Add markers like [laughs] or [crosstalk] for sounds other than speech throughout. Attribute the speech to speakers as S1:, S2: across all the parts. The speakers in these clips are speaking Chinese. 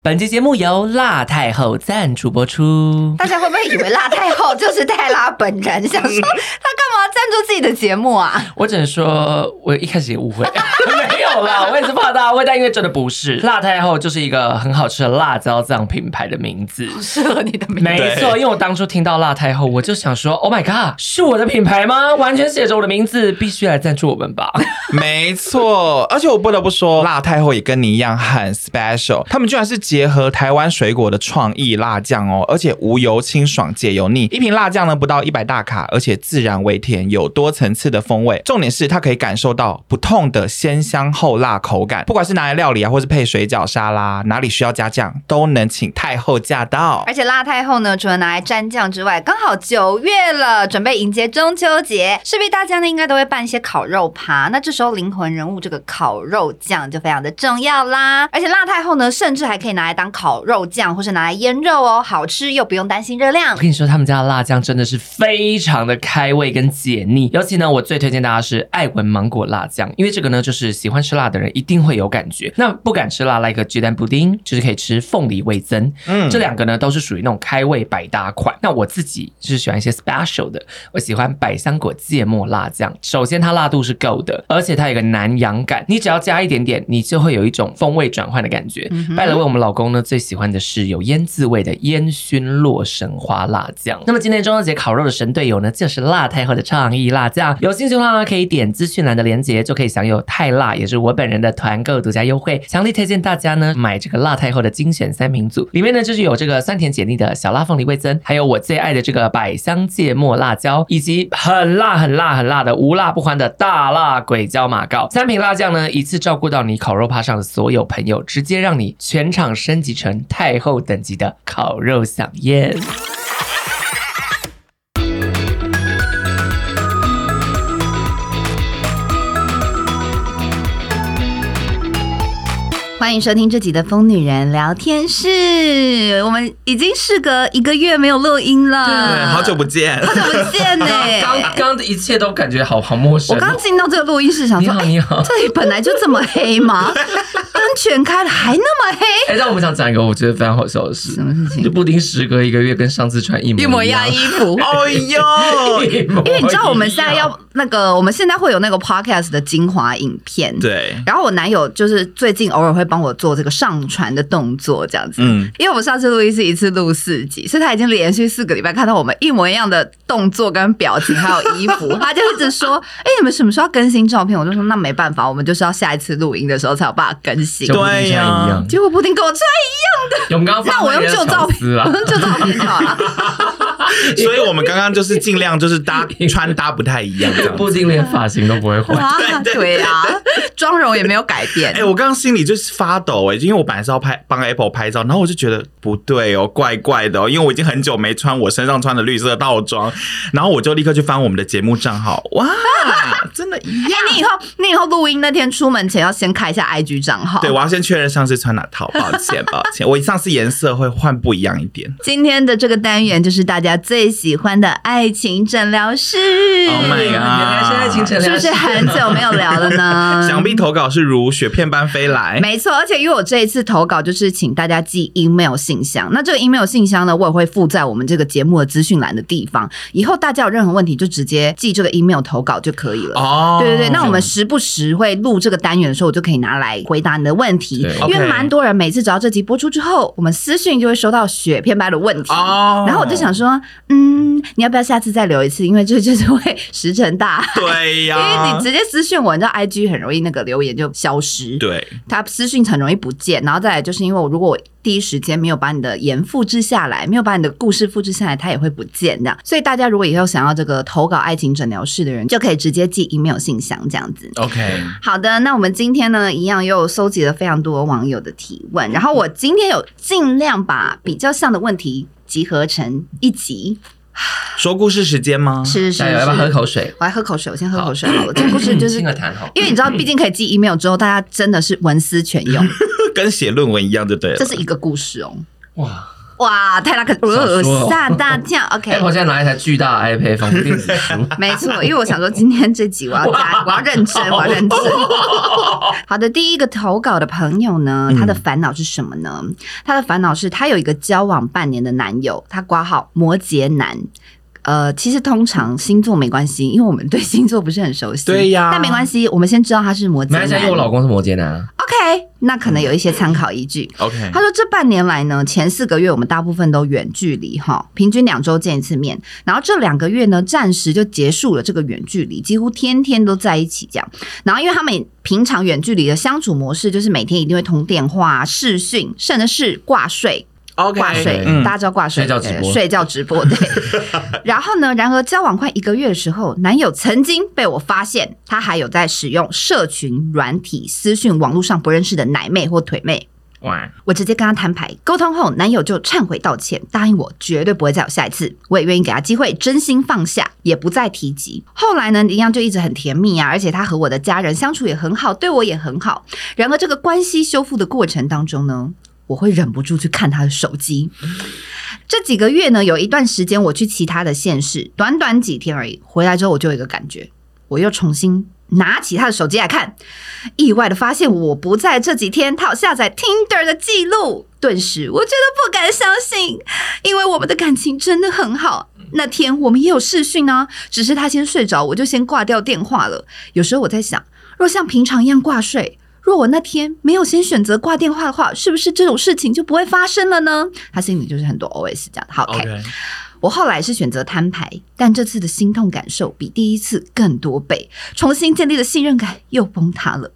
S1: 本期节目由辣太后赞助播出。
S2: [laughs] 大家会不会以为辣太后就是泰拉本人？想说她干嘛赞助自己的节目啊？
S1: 我只能说，我一开始也误 [laughs] 会，没有啦，我也是怕大家会，但因为真的不是辣太后，就是一个很好吃的辣椒酱品牌的名字。
S2: 适合你的名字。
S1: 没错，因为我当初听到辣太后，我就想说，Oh my god，是我的品牌吗？完全写着我的名字，必须来赞助我们吧。
S3: [laughs] 没错，而且我不得不说，辣太后也跟你一样很 special，他们居然是结合台湾水果的创意辣酱哦，而且无油、清爽、解油腻。一瓶辣酱呢不到一百大卡，而且自然微甜，有多层次的风味。重点是它可以感受到不痛的鲜香后辣口感，不管是拿来料理啊，或是配水饺、沙拉，哪里需要加酱，都能请太后驾到。
S2: 而且辣太后呢，除了拿来蘸酱之外，刚好九月了，准备迎接中秋节，势必大家呢应该都会办一些烤肉趴。那这时候灵魂人物这个烤肉酱就非常的重要啦。而且辣太后呢，甚至还可以拿来当烤肉酱，或是拿来腌肉哦，好吃又不用担心热量
S1: 我。跟你说，他们家的辣酱真的是非常的开胃跟解腻，尤其呢，我最推荐大家是爱文芒果辣酱，因为这个呢，就是喜欢吃辣的人一定会有感觉。那不敢吃辣，来个鸡蛋布丁，就是可以吃凤梨味增，
S3: 嗯
S1: 这两个呢都是属于那种开胃百搭款。那我自己是喜欢一些 special 的，我喜欢百香果芥末辣酱。首先它辣度是够的，而且它有一个南洋感，你只要加一点点，你就会有一种风味转换的感觉。
S2: 嗯
S1: 拜了为我们老公呢最喜欢的是有腌渍味的烟熏洛神花辣酱。那么今天中秋节烤肉的神队友呢，就是辣太后的创意辣酱。有兴趣的话呢，可以点资讯栏的链接，就可以享有太辣，也是我本人的团购独家优惠。强力推荐大家呢买这个辣太后的精选三明组，里面呢就是有这个酸甜解腻的小辣凤梨味增，还有我最爱的这个百香芥末辣椒，以及很辣很辣很辣的无辣不欢的大辣鬼椒马告。三瓶辣酱呢，一次照顾到你烤肉趴上的所有朋友，直接让你全场升级成太后等级的烤肉飨宴。
S2: 欢迎收听这集的《疯女人聊天室》，我们已经事隔一个月没有录音了，
S3: 对，好久不见。。
S2: 好久不见呢、
S1: 刚刚的一切都感觉好好陌生
S2: 哎我。刚进到这个录音室，想
S1: 你
S2: 说，
S1: 好，
S2: 哎、
S1: 你好。
S2: 这里本来就这么黑吗？灯全开了还那么黑，
S1: 哎、但我们想讲一个我觉得非常好笑的事，
S2: 什么事情
S1: 就布丁时隔一个月跟上次 [laughs] 穿一模
S4: 一模一样衣服
S3: 哎呦，
S1: 一模
S2: 因为你知道我们现在
S1: 一样
S2: 要那个，我们现在会有那个 podcast 的精华影片，。
S3: [laughs] 对，
S2: 然后我男友就是最近偶尔会帮我做这个上传的动作，这样子。
S3: 嗯，
S2: 因为我们上次录音是一次录四集，所以他已经连续四个礼拜看到我们一模一样的动作跟表情，还有衣服，他就一直说：“哎、你们什么时候要更新照片？”我就说：“那没办法，我们就是要下一次录音的时候才有办法更新。
S1: 就布丁现在一样”。
S2: 结果布丁跟我穿
S1: 我们刚刚
S2: 那我用旧照片，
S1: 啊
S2: [laughs] 我，用旧照片就好了。
S3: 所以我们刚刚就是尽量就是搭穿搭不太一样这样子。
S1: 布丁连发型都不会换。
S2: 啊，对呀、啊，妆容也没有改变。
S3: [laughs] 哎、我刚刚心里就是发抖哎、因为我本来是要拍帮 Apple 拍照，然后我就觉得不对哦，怪怪的哦，因为我已经很久没穿我身上穿的绿色套装，然后我就立刻去翻我们的节目账号，哇，真的一样。
S2: 哎、你以后你以后录音那天出门前要先开一下 IG 账号。
S3: 对，我要先确认上次穿哪套，抱歉，抱歉，
S2: [laughs]
S3: 我上次颜色会换不一样一点。
S2: 今天的这个单元就是大家最喜欢的爱情诊疗室。
S3: Oh my god
S1: 原来是爱情诊
S2: [laughs] 啊是
S1: 疗
S2: 不
S1: 室
S2: 是很久没有聊了呢？
S3: [laughs] 想必投稿是如雪片般飞来，
S2: 没错，而且因为我这一次投稿就是请大家寄 email 信箱，那这个 email 信箱呢，我也会附在我们这个节目的资讯栏的地方。以后大家有任何问题，就直接寄这个 email 投稿就可以了。
S3: 哦，
S2: 对对对，那我们时不时会录这个单元的时候，我就可以拿来回答你的问题
S1: 对，
S2: 因
S3: OK
S2: 为蛮多人每次只要这集播出之后，我们私讯就会收到雪片般的问题。
S3: 哦，
S2: 然后我就想说，嗯，你要不要下次再留一次？因为这就是会石沉大海。
S3: 对啊呀、
S2: 因为哎你直接私讯我，你知道 I G 很容易那个留言就消失，
S3: 对，
S2: 它私讯很容易不见。然后再来就是因为我如果我第一时间没有把你的言复制下来，没有把你的故事复制下来，它也会不见这样。所以大家如果以后想要这个投稿爱情诊疗室的人，就可以直接寄 email 信箱这样子。
S3: OK，
S2: [laughs] 好的，那我们今天呢，一样又收集了非常多网友的提问，然后我今天有尽量把比较像的问题集合成一集，
S3: 说故事时间吗？
S2: 是是
S1: 加油，要不要喝
S2: [laughs] 是。
S1: 口水？
S2: 我来喝口水，我先喝口水好了。这故事就是
S5: 嗯
S1: 清个痰好。
S2: 因为你知道，毕竟可以寄 email 之后，大家 [laughs] 真的是文思泉涌，
S3: 跟写论文一样就对了。
S2: 这是一个故事哦。
S1: 哇，
S2: 哇，太辣可
S5: 少说哎哦
S2: 呃吓大
S5: [laughs]
S2: 跳。OK，
S5: Apple 现在拿一台巨大的 iPad 放电子
S2: [laughs]
S5: 书，
S2: 没错，因为我想说今天这集
S5: [laughs]
S2: 我要加，我要认真，我要认真。好的，第一个投稿的朋友呢，
S5: 嗯
S2: 他的烦恼是什么呢？他的烦恼是他有一个交往半年的男友，他挂号摩羯男。呃，其实通常星座没关系，因为我们对星座不是很熟悉。
S3: 对呀
S2: 但没关系，我们先知道他是摩羯
S5: 没
S2: 男。
S5: 关系，因为我老公是摩羯男啊。
S2: OK，那可能有一些参考依据。
S5: 嗯
S3: OK，
S2: 他说这半年来呢，前四个月我们大部分都远距离哈，平均两周见一次面。然后这两个月呢，暂时就结束了这个远距离，几乎天天都在一起这样。然后因为他们平常远距离的相处模式，就是每天一定会通电话、视讯，甚至是挂睡。
S3: OK，
S2: 挂睡，
S3: 嗯
S2: 大家知道挂睡，
S5: 睡觉直播
S2: 对睡觉直
S5: [laughs]
S2: 播，对。然后呢，然而交往快一个月的时候，男友曾经被我发现，他还有在使用社群软体私讯网络上不认识的奶妹或腿妹。
S5: 哇，
S2: 我直接跟他摊牌，沟通后，男友就忏悔道歉，答应我绝对不会再有下一次，我也愿意给他机会，真心放下，也不再提及。后来呢，一样就一直很甜蜜啊，而且他和我的家人相处也很好，对我也很好。然而，这个关系修复的过程当中呢，我会忍不住去看他的手机。这几个月呢，有一段时间我去其他的县市，短短几天而已。回来之后，我就有一个感觉，我又重新拿起他的手机来看，意外的发现我不在这几天，他有下载 Tinder 的记录。顿时，我觉得不敢相信，因为我们的感情真的很好。那天我们也有视讯啊，只是他先睡着，我就先挂掉电话了。有时候我在想，若像平常一样挂睡，若我那天没有先选择挂电话的话，是不是这种事情就不会发生了呢？他心里就是很多 OS 这样。好，OK，
S3: OK，
S2: 我后来是选择摊牌，但这次的心痛感受比第一次更多倍，重新建立的信任感又崩塌了。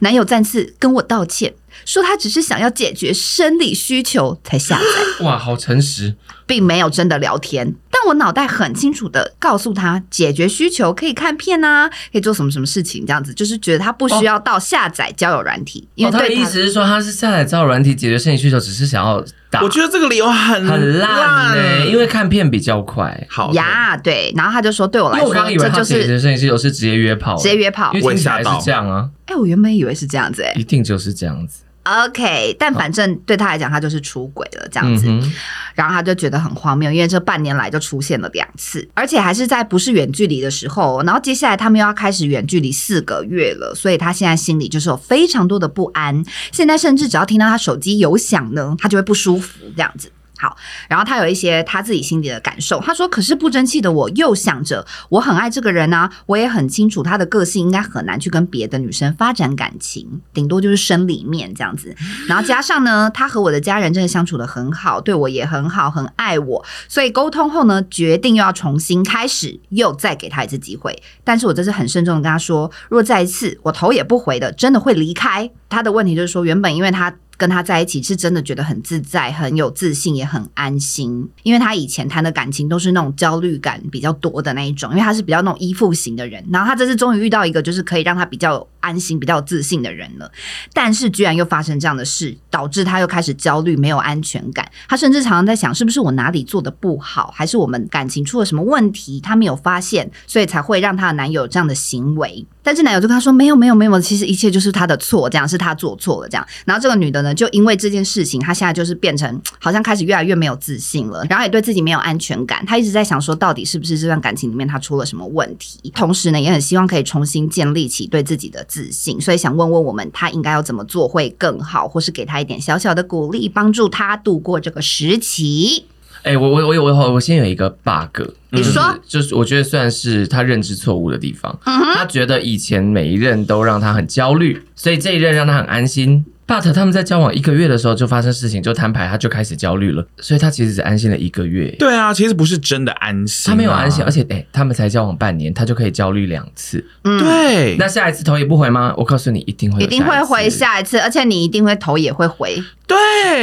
S2: 男友再次跟我道歉，说他只是想要解决生理需求才下载，
S5: 哇，好诚实，
S2: 并没有真的聊天。但我脑袋很清楚的告诉他，解决需求可以看片啊，可以做什么什么事情，这样子就是觉得他不需要到下载交友软体，因
S5: 哦，
S2: 为
S5: 他的
S2: 对
S5: 意
S2: 他
S5: 思是说他是下载交友软体解决生理需求，只是想要打，
S3: 我觉得这个理由很
S5: 很烂
S1: 欸
S5: 呢、
S3: 烂欸
S5: 因为看片比较快。
S3: 好
S2: 呀，对，然后他就说对我
S5: 哦因
S2: 来
S5: 为我
S2: 说，
S5: 刚刚以为
S2: 这
S5: 他
S2: 就
S5: 解
S2: 是
S5: 决生理需求是哦直接约炮，
S2: 直接约炮
S5: 因。为听起来是这样啊，
S2: 哎、我原本以为是这样子、哎。
S5: 一定就是这样子。
S2: OK，但反正对他来讲，他就是出轨了这样子，
S5: 嗯哼，
S2: 然后他就觉得很荒谬，因为这半年来就出现了两次，而且还是在不是远距离的时候，然后接下来他们又要开始远距离四个月了，所以他现在心里就是有非常多的不安，现在甚至只要听到他手机有响呢，他就会不舒服这样子。好，然后他有一些他自己心里的感受。他说：“可是不争气的我，又想着我很爱这个人啊，我也很清楚他的个性，应该很难去跟别的女生发展感情，顶多就是生理面这样子。然后加上呢，他和我的家人真的相处的很好，对我也很好，很爱我。所以沟通后呢，决定又要重新开始，又再给他一次机会。但是我这次很慎重的跟他说，如果再一次我头也不回的，真的会离开。他的问题就是说，原本因为他。跟他在一起是真的觉得很自在、很有自信，也很安心。因为他以前谈的感情都是那种焦虑感比较多的那一种，因为他是比较那种依附型的人。然后他这次终于遇到一个就是可以让他比较安心、比较有自信的人了。但是居然又发生这样的事，导致他又开始焦虑，没有安全感。他甚至常常在想，是不是我哪里做的不好，还是我们感情出了什么问题，他没有发现，所以才会让她的男友有这样的行为。但是男友就跟她说，没有没有没有，其实一切就是他的错，这样是他做错了这样。然后这个女的呢，就因为这件事情，她现在就是变成好像开始越来越没有自信了，然后也对自己没有安全感。她一直在想说，到底是不是这段感情里面她出了什么问题？同时呢，也很希望可以重新建立起对自己的自信，所以想问问我们，她应该要怎么做会更好，或是给她一点小小的鼓励，帮助她度过这个时期。
S5: 哎、我我我有我有我先有一个 bug，
S2: 嗯你
S5: 就是
S2: 说
S5: 就是我觉得算是他认知错误的地方，
S2: 嗯哼
S5: 他觉得以前每一任都让他很焦虑，所以这一任让他很安心。But 他们在交往一个月的时候就发生事情，就摊牌，他就开始焦虑了，所以他其实只安心了一个月。
S3: 对啊，其实不是真的安心啊，
S5: 他没有安心，而且哎、他们才交往半年，他就可以焦虑两次。
S2: 嗯。
S3: 对，
S5: 那下一次头也不回吗？我告诉你，一定会，
S2: 一定会回。下一次，而且你一定会头也会回。
S3: 对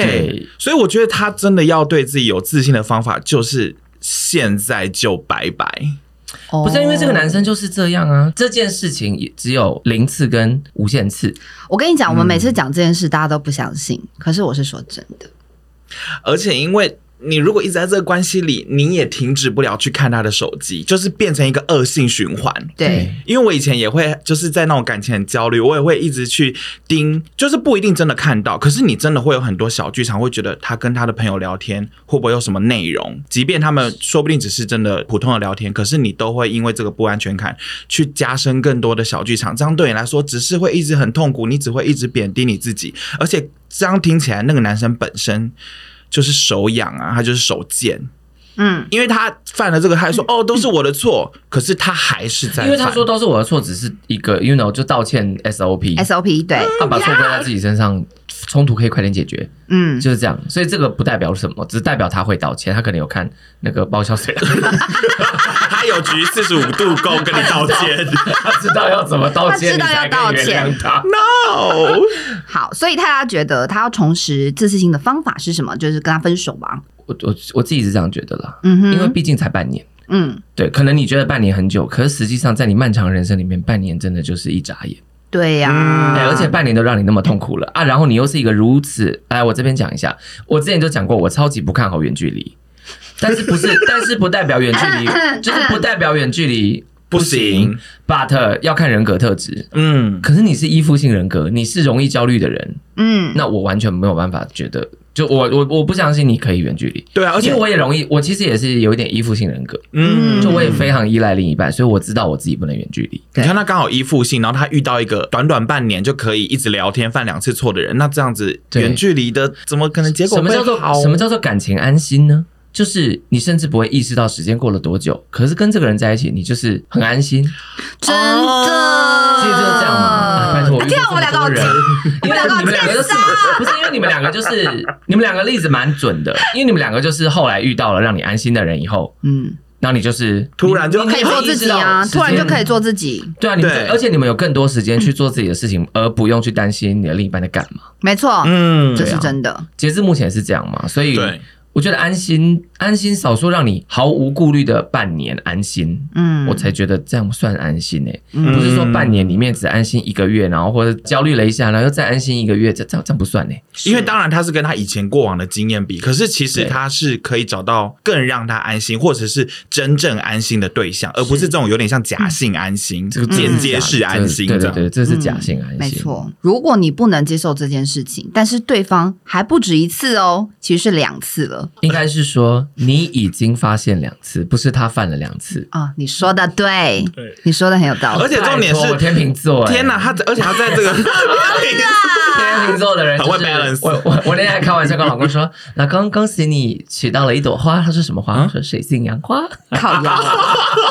S5: 对，
S3: 所以我觉得他真的要对自己有自信的方法就是。现在就拜拜，
S2: 不
S5: 不是因为这
S2: 哦
S5: 个男，生就是这样啊，这件事情也只有零次跟无限次，
S2: 我跟你
S5: 嗯
S2: 讲，我们每次讲这件事，大家都不相信，可是我是说真的。
S3: 而且因为你如果一直在这个关系里，你也停止不了去看他的手机，就是变成一个恶性循环。
S2: 对，
S3: 因为我以前也会就是在那种感情很焦虑，我也会一直去盯，就是不一定真的看到，可是你真的会有很多小剧场，会觉得他跟他的朋友聊天会不会有什么内容，即便他们说不定只是真的普通的聊天，可是你都会因为这个不安全感去加深更多的小剧场，这样对你来说只是会一直很痛苦，你只会一直贬低你自己，而且这样听起来那个男生本身。就是手痒啊，他就是手贱，
S2: 嗯，
S3: 因为他犯了这个，他还说、哦都是我的错，可是他还是在犯，
S1: 因为他说都是我的错，只是一个 you know 就道歉 SOP，
S2: SOP 对，
S1: 他把错归在自己身上，冲突可以快点解决，
S2: 嗯，
S1: 就是这样。所以这个不代表什么，只是代表他会道歉，他可能有看那个爆笑
S2: [laughs]
S1: 水，
S3: 他有局四十五度沟跟你道歉
S1: 他知道要怎么道歉，
S2: 他知道要道歉
S1: 你才可以原谅他。
S3: ，no，
S2: 好，所以大家觉得他要重拾自私心的方法是什么？就是跟他分手吧。
S1: 我我我自己是这样觉得啦，
S2: 嗯哼，
S1: 因为毕竟才半年。
S2: 嗯，
S1: 对，可能你觉得半年很久，可是实际上在你漫长人生里面，半年真的就是一眨眼。
S2: 对呀、
S3: 嗯
S1: 对，而且半年都让你那么痛苦了啊！然后你又是一个如此……哎，我这边讲一下，我之前就讲过，我超级不看好远距离，但是不是？但是不代表远距离，就是不代表远距离
S3: 不行，
S1: ，but 要看人格特质。
S3: 嗯，
S1: 可是你是依附性人格，你是容易焦虑的人，
S2: 嗯，
S1: 那我完全没有办法觉得，就我我我不相信你可以远距离，
S3: 对啊，而
S1: 而
S3: 且
S1: 且我也容易，我其实也是有一点依附性人格，
S3: 嗯，
S1: 就我也非常依赖另一半，所以我知道我自己不能远距离。
S3: 你看他刚好依附性，然后他遇到一个短短半年就可以一直聊天犯两次错的人，那这样子
S1: 对
S3: 远距离的怎么可能结果
S1: 什么
S3: 会
S1: 叫做
S3: 好
S1: 什么叫做感情安心呢？就是你甚至不会意识到时间过了多久，可是跟这个人在一起，你就是很安心。
S2: 真的，
S1: 哦其实就是这样嘛。啊拜托，
S2: 哎天啊，我们两个好
S1: 人，因为你们两个就是不是因为你们两个就是你们两个例子蛮准的，因为你们两个就是后来遇到了让你安心的人以后，
S2: 嗯，
S1: 然后你就是
S3: 突然就
S1: 你
S2: 可以做自己啊，突然就
S1: 你会意识
S2: 可。
S1: 到时
S2: 以
S1: 间
S2: 做自己，
S1: 对啊，你们
S3: 对
S1: 而且你们有更多时间去做自己的事情，而不用去担心你的另一半在干嘛。
S2: 没错，
S3: 嗯
S2: 这
S1: 对
S2: 是
S1: 啊
S2: 真的。
S1: 截至目前是这样嘛，所以
S3: 对
S1: 我觉得安心，安心少说让你毫无顾虑的半年安心，
S2: 嗯，
S1: 我才觉得这样算安心呢、欸
S2: 嗯
S1: 不是说半年里面只安心一个月，然后或者焦虑了一下，然后又再安心一个月，这这样这样不算呢、欸
S3: 因为当然他是跟他以前过往的经验比，可是其实
S1: 对
S3: 他是可以找到更让他安心，或者是真正安心的对象，而不是这种有点像假性安心、
S1: 这个
S3: 间接式安心
S1: 对对
S3: 这样。
S1: 对，这是假性安心，
S2: 嗯没。错，如果你不能接受这件事情，但是对方还不止一次哦，其实是两次了
S1: 应该是说你已经发现两次，不是他犯了两次。
S2: 啊！你说的对，
S3: 对
S2: 你说的很有道
S3: 而
S2: 理。
S3: 且重点是
S1: 拜托我天秤座、欸，
S3: 天哪，！他而且他在这 [laughs] 个
S1: 天秤座的人、就是、
S3: 很会 balance
S1: 我我我那天还开玩笑跟老公说：“ [laughs] 老公，恭喜你娶到了一朵花。”他说：“什么
S3: 啊
S1: 花？”我说：“水性杨花。
S2: 靠腰，”啊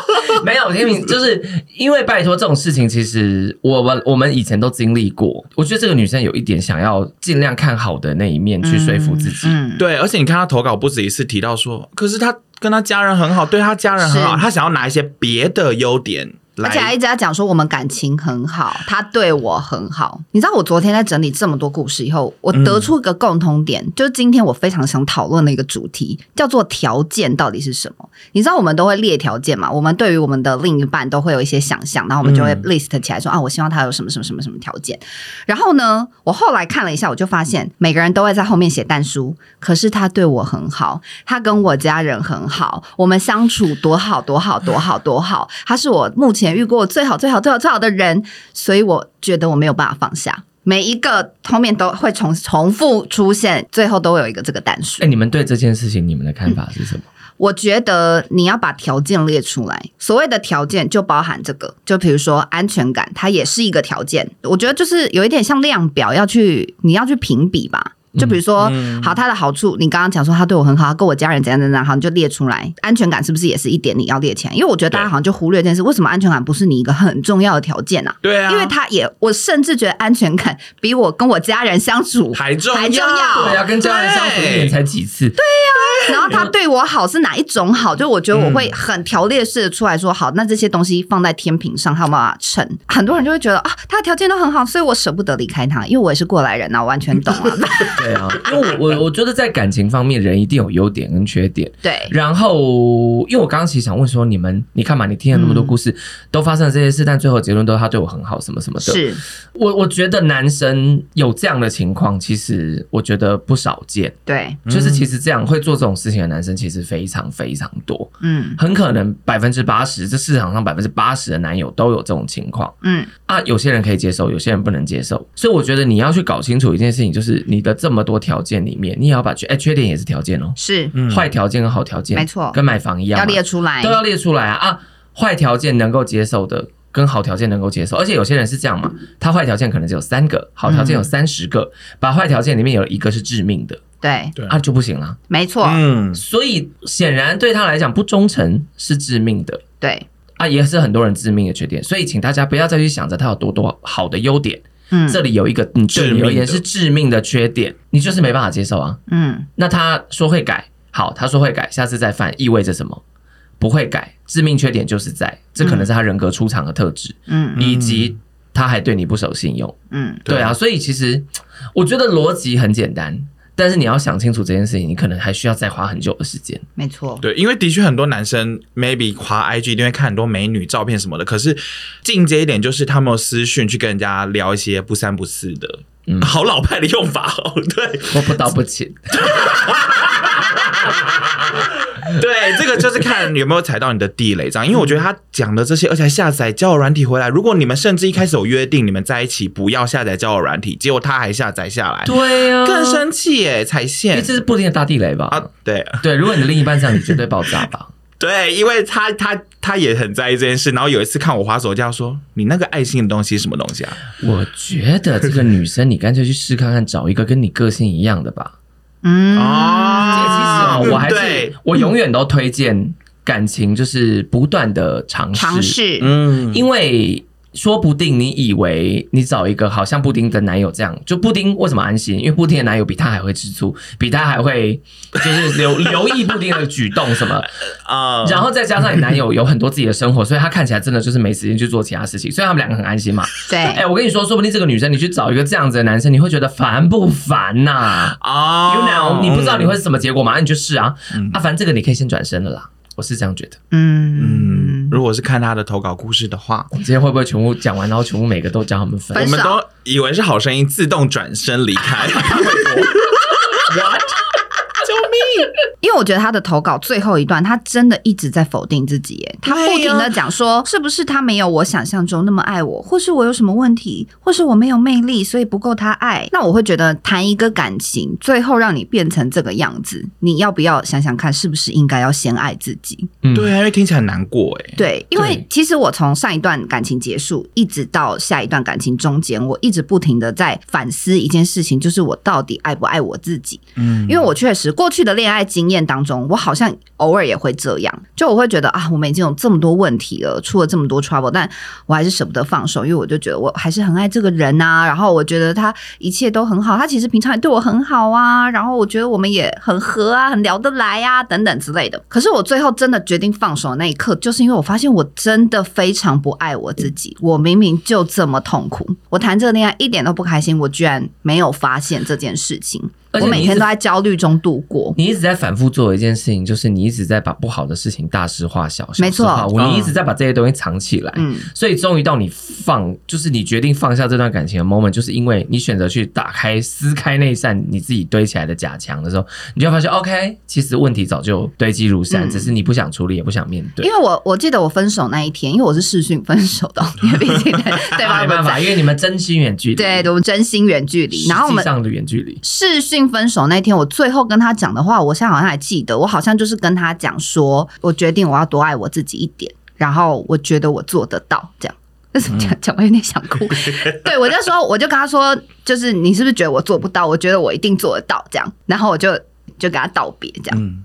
S1: [laughs] 没有，天秤就是因为拜托这种事情，其实我们我们以前都经历过。我觉得这个女生有一点想要尽量看好的那一面去说服自己。
S2: 嗯，
S3: 对，而且你看他投稿不止一次提到说，可是他跟他家人很好，对他家人很好，
S2: 是
S3: 他想要拿一些别的优点
S2: 而且还一直
S3: 来。
S2: 在讲说我们感情很好，他对我很好。你知道我昨天在整理这么多故事以
S3: 嗯
S2: 后，我得出一个共通点，就是今天我非常想讨论的一个主题，叫做条件到底是什么？你知道我们都会列条件嘛？我们对于我们的另一半都会有一些想象，然后我们就会
S3: 嗯
S2: list 起来说、啊，我希望他有什么什么什么什么条件。然后呢，我后来看了一下，我就发现每个人都会在后面写蛋书，可是他对我很好，他跟我家人很好，我们相处多好多好多好多好，他是我目前遇过最好最好最好最好的人，所以我觉得我没有办法放下。每一个后面都会重重复出现，最后都有一个这个单数
S3: 嗯
S1: 哎、。你们对这件事情你们的看法是什么？
S2: 我觉得你要把条件列出来，所谓的条件就包含这个，就比如说安全感，它也是一个条件。我觉得就是有一点像量表，要去你要去评比吧。
S3: 嗯
S2: 就比如说，好，他的好处，你刚刚讲说他对我很好，他跟我家人怎样怎样怎样，好，你就列出来。安全感是不是也是一点你要列起来？因为我觉得大家
S3: 对
S2: 好像就忽略这件事，为什么安全感不是你一个很重要的条件啊？
S3: 对啊，
S2: 因为他也，我甚至觉得安全感比我跟我家人相处
S3: 还重
S2: 还重
S3: 要
S2: 要
S1: 对啊，跟家人相处一年才几次，
S2: 然后
S3: 嗯
S2: 他对我好是哪一种好？就我觉得我会很条列式的出来说，好，那这些东西放在天平上，他有没有办法称？很多人就会觉得啊，他的条件都很好，所以我舍不得离开他，因为我也是过来人呐、我完全懂啊。
S3: 嗯
S1: 对啊，因为我我我觉得在感情方面，人一定有优点跟缺点。
S2: [laughs] 对，
S3: [laughs]
S1: 然后，因为我刚刚其实想问说，你们你看嘛，你听了那么多故事，
S2: 嗯
S1: 都发生了这些事，但最后结论都是他对我很好，什么什么的。，
S2: 是，
S1: 我我觉得男生有这样的情况，其实我觉得不少见。
S2: 对，嗯
S1: 就是其实这样会做这种事情的男生其实非常非常多，
S2: 嗯
S1: 很可能百分之八十，这市场上百分之八十的男友都有这种情况
S2: 嗯
S1: 啊。有些人可以接受，有些人不能接受，所以我觉得你要去搞清楚一件事情，就是你的这么多条件里面，你也要把缺哎缺点也是条件哦，
S2: 是
S3: 嗯
S1: 坏条件跟好条件，
S2: 没错
S1: 跟买房一样嘛，
S2: 要列出来
S1: 都，要列出来啊啊！坏条件能够接受的，跟好条件能够接受，而且有些人是这样嘛，他坏条件可能只有三个，好条件有三十个，把坏条件里面有一个是致命的
S2: 对，
S3: 对
S1: 啊就不行了。
S2: 没错，
S3: 嗯，
S1: 所以显然对他来讲，不忠诚是致命的
S2: 对，
S1: 啊，也是很多人致命的缺点。所以请大家不要再去想着他有多多好的优点，
S2: 嗯
S1: 这里有一个你对你而言
S3: 致命的
S1: 是致命的缺点，你就是没办法接受啊。
S2: 嗯
S1: 那他说会改，好，他说会改，下次再犯意味着什么？不会改，致命缺点就是在，这可能是他人格出场的特质，
S2: 嗯
S1: 以及他还对你不守信用。
S2: 嗯，
S3: 对
S1: 对啊，所以其实我觉得逻辑很简单，但是你要想清楚这件事情，你可能还需要再花很久的时间。
S2: 没错，
S3: 对，因为的确很多男生 maybe 滑 IG 一定会看很多美女照片什么的，可是进阶一点就是他们有私讯去跟人家聊一些不三不四的。好老派的用法哦，对
S1: 我不得不起， [laughs]
S3: 对，这个就是看有没有踩到你的地雷这样，因为我觉得他讲的这些，而且还下载交友软体回来，如果你们甚至一开始有约定你们在一起不要下载交友软体，结果他还下载下
S1: [laughs]
S3: 来，
S1: 对啊，
S3: 更，生气耶，踩
S1: 因为
S3: 线
S1: 这是布丁的大地雷吧？
S3: 啊，对
S1: 对，如果你的另一半这样，你绝对爆炸吧？
S3: 对，因为他他他也很在意这件事，然后有一次看我滑手机，他说你那个爱心的东西是什么东西啊？
S1: 我觉得这个女生，你干脆去试看看，找一个跟你个性一样的吧。
S2: 嗯
S1: 姐，其实
S3: 啊
S1: 啊，我还
S3: 对
S1: 是我永远都推荐感情，就是不断的尝试，
S2: 尝，试，
S3: 嗯
S1: 因为说不定你以为你找一个好像布丁的男友这样，就布丁为什么安心？因为布丁的男友比他还会吃醋，比他还会就是留留意布丁的举动什么，
S3: 啊
S1: 然后再加上你男友有很多自己的生活，所以他看起来真的就是没时间去做其他事情，所以他们两个很安心嘛。哎、
S3: [laughs]
S2: 对，
S1: 我跟你说，说不定这个女生你去找一个这样子的男生，你会觉得烦不烦呐、
S3: 啊
S1: You know，你不知道你会是什么结果嘛？那你就试啊，啊，反正这个你可以先转身了啦。我是这样觉得。
S2: 嗯
S3: 嗯，如果是看他的投稿故事的话，
S1: 我们今天会不会全部讲完，然后全部每个都讲他们分
S2: 分
S3: 我们
S2: 手
S3: 都以为是好声音自动转身离开。 [laughs]
S2: 因为我觉得他的投稿最后一段，他真的一直在否定自己，耶，
S3: 哎
S2: 他不停的讲说，是不是他没有我想象中那么爱我，或是我有什么问题，或是我没有魅力，所以不够他爱。那我会觉得谈一个感情，最后让你变成这个样子，你要不要想想看，是不是应该要先爱自己？
S1: 嗯
S3: 对啊，因为听起来很难过哎。
S2: 对，因为
S1: 对
S2: 其实我从上一段感情结束，一直到下一段感情中间，我一直不停的在反思一件事情，就是我到底爱不爱我自己。
S3: 嗯
S2: 因为我确实过去的恋爱经验当中，我好像偶尔也会这样，就我会觉得啊，我们已经有这么多问题了，出了这么多 trouble，但我还是舍不得放手，因为我就觉得我还是很爱这个人啊，然后我觉得他一切都很好，他其实平常也对我很好啊，然后我觉得我们也很合啊，很聊得来啊，等等之类的。可是我最后真的决定放手的那一刻，就是因为我发现我真的非常不爱我自己，我明明就这么痛苦，我谈这个恋爱一点都不开心，我居然没有发现这件事情。
S1: 而且你
S2: 我
S1: 一
S2: 每天
S1: 直
S2: 都在焦虑中度过。
S1: 你一直在反复做一件事情，就是你一直在把不好的事情大事化小，
S2: 没错
S1: 小事化无，
S3: 嗯
S1: 你一直在把这些东西藏起来。
S2: 嗯，
S1: 所以终于到你放，就是你决定放下这段感情的 moment，就是因为你选择去打开、撕开那一扇你自己堆起来的假墙的时候，你就会发现，OK，其实问题早就堆积如山，
S2: 嗯
S1: 只是你不想处理，也不想面对
S2: 因。为我我记得我分手那一天，因为我是视讯分手
S1: [laughs]
S2: 的，因为毕竟对
S1: 啊
S2: 方
S1: 没
S2: 不
S1: 办法，
S2: 在，
S1: 因为你们真心远距离，
S2: 对，我们真心远距离，然后
S1: 实
S2: 我
S1: 际
S2: 们。
S1: 上的远距离，
S2: 视讯分手那天，我最后跟他讲的话，我现在好像还记得，我好像就是跟他讲说，我决定我要多爱我自己一点，然后我觉得我做得到，这样。 [laughs]
S1: 嗯
S2: 但是讲讲完有点想
S1: [laughs]
S2: 哭，对我那时候我就跟他说，就是你是不是觉得我做不到？我觉得我一定做得到，这样，然后我就就跟他道别，这样。
S3: 嗯，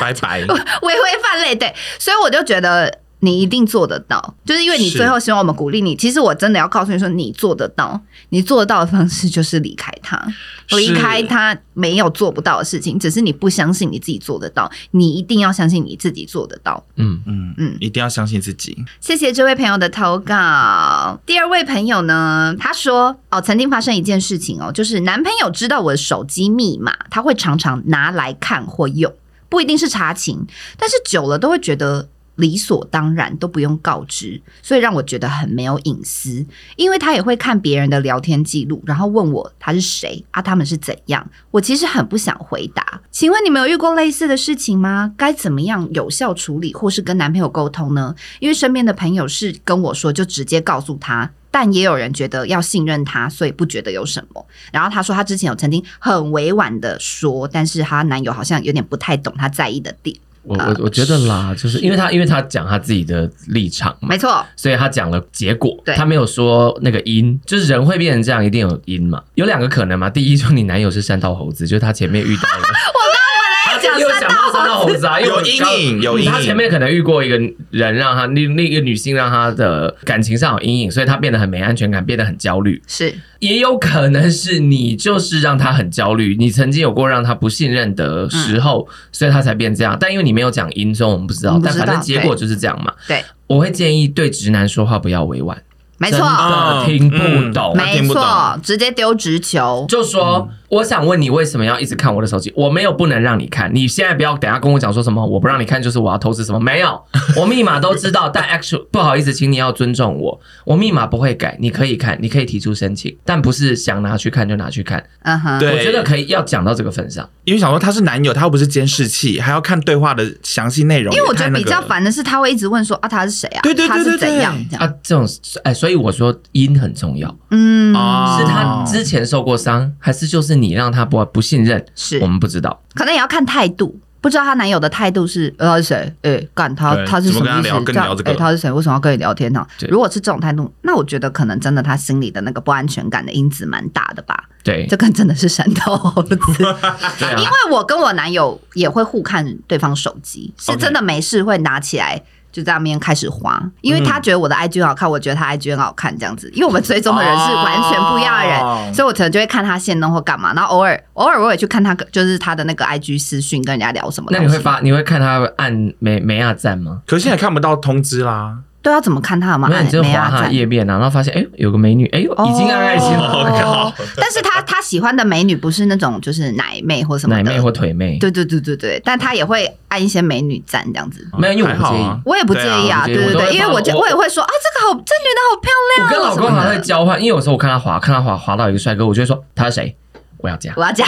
S3: 拜拜。
S2: 微微泛泪，对，所以我就觉得你一定做得到，就是因为你
S3: 是
S2: 最后希望我们鼓励你。其实我真的要告诉你说，你做得到，你做得到的方式就是离开他，
S3: 是
S2: 离开他没有做不到的事情，只是你不相信你自己做得到，你一定要相信你自己做得到。
S1: 嗯。
S3: 嗯
S2: 嗯
S3: 嗯，一定要相信自己。
S2: 谢谢这位朋友的投稿。第二位朋友呢，他说哦，曾经发生一件事情哦，就是男朋友知道我的手机密码，他会常常拿来看或用，不一定是查情，但是久了都会觉得。理所当然都不用告知，所以让我觉得很没有隐私。因为他也会看别人的聊天记录，然后问我他是谁啊，他们是怎样。我其实很不想回答。其请问你们有遇过类似的事情吗？该怎么样有效处理，或是跟男朋友沟通呢？因为身边的朋友是跟我说，就直接告诉他。但也有人觉得要信任他，所以不觉得有什么。然后她说，她之前有曾经很委婉的说，但是她男友好像有点不太懂她在意的点。
S1: 我我我觉得啦，呃就是因为他因为他讲他自己的立场嘛
S2: 没，错，
S1: 所以他讲了结果
S2: 对，
S1: 他没有说那个因，就是人会变成这样，一定有因嘛。有两个可能嘛，第一就是你男友是山道猴子，就是他前面遇到了， [laughs] 我
S2: 刚本来
S1: 有
S2: 要讲
S1: 想到山道猴子啊，因为我
S3: 有阴
S1: 刚
S3: 影有阴影
S1: 他前面可能遇过一个人，让他另另一个女性让他的感情上有阴影，所以他变得很没安全感，变得很焦虑。
S2: 是
S1: 也有可能是你就是让他很焦虑，你曾经有过让他不信任的时候，所以他才变这样。但因为你没有讲因，嗯所以我们不知
S2: 我
S1: 道。
S2: 们不
S1: 但
S2: 知道
S1: 反正结果就是这样嘛。
S2: 对，
S1: 我会建议对直男说话不要委婉，
S2: 没
S1: 真
S2: 错，
S1: 的听不懂。
S3: 那
S2: 啊没
S3: 哦嗯听不懂
S2: 错，直接丢直球。
S1: 就说、我想问你为什么要一直看我的手机？我没有不能让你看，你现在不要等下跟我讲说什么我不让你看就是我要偷吃什么，没 [laughs] 有，我密码都知道，但 actual 不好意思，请你要尊重我，我密码不会改，你可以看，你可以提出申请，但不是想拿去看就拿去看。
S2: 嗯哼，
S3: 对
S1: 我觉得可以要讲到这个份上，
S3: 因为想说他是男友，他又不是监视器，还要看对话的详细内容，
S2: 因为我觉
S3: 也太
S2: 得
S3: 那
S2: 比
S3: 个
S2: 较
S3: 了。
S2: 烦的是，他会一直问说啊，他是谁啊？
S3: 对对对
S2: 他是
S3: 对对
S2: 怎样这
S1: 啊
S2: 样？，
S1: 这种哎，所以我说因很重要，
S2: 嗯，
S3: 哦
S1: 是他之前受过伤，还是就是你让他不不信任？
S2: 是
S1: 我们不知道，
S2: 可能也要看态度。不知道她男友的态度是，呃，他是谁？哎、干他
S3: 对，
S2: 他是什
S3: 怎么
S2: 么
S3: 跟
S2: 意思
S3: 他聊？跟你聊这个
S2: 哎他是谁？为什么要跟你聊天呢、啊
S1: 对
S2: 如果是这种态度，那我觉得可能真的他心里的那个不安全感的因子蛮大的吧。
S1: 对
S2: 这，跟真的是山头猴
S3: [laughs]
S2: 子，
S1: 对啊
S2: 因为我跟我男友也会互看对方手机，是
S3: OK
S2: 真的没事会拿起来。就在那边开始滑，因为他
S3: 嗯
S2: 觉得我的 IG 很好看，我觉得他 IG 很好看，这样子。因为我们追踪的人是完全不一样的人，
S3: 哦
S2: 所以我可能就会看他现动或干嘛，然后偶尔偶尔我也去看他，就是他的那个 IG 私讯跟人家聊什么
S1: 那
S2: 东西。
S1: 你会发，你会看他按梅梅亚赞吗？
S3: 可是现在看不到通知啦，
S2: 对啊？怎么看他嘛？
S1: 没有，你就
S2: 没
S1: 滑
S2: 啊
S1: 他
S2: 赞
S1: 的页面啊，然后发现哎、有个美女，哎、
S2: 哦
S1: 已经按爱心了，
S2: 哦但是他他喜欢的美女不是那种就是奶妹或什么
S1: 奶
S2: 的，
S1: 妹或腿妹，
S2: 对对对对对，但他也会按一些美女赞这样子。
S1: 没有，因为我
S3: 还
S1: 不
S3: 好
S1: 介意。
S3: 啊
S2: 我也不介意啊，对
S1: 对啊
S2: 对
S1: 我
S2: 对，
S1: 都
S2: 因为我就
S1: 我
S2: 我也会说啊，这个好，这女的好漂
S1: 我
S2: 亮啊，
S1: 跟老公
S2: 什么
S1: 好像
S2: 的
S1: 会交换，因为有时候我看他滑，看他滑滑到一个帅哥，我就会说他是谁，我要加。
S2: 我要讲。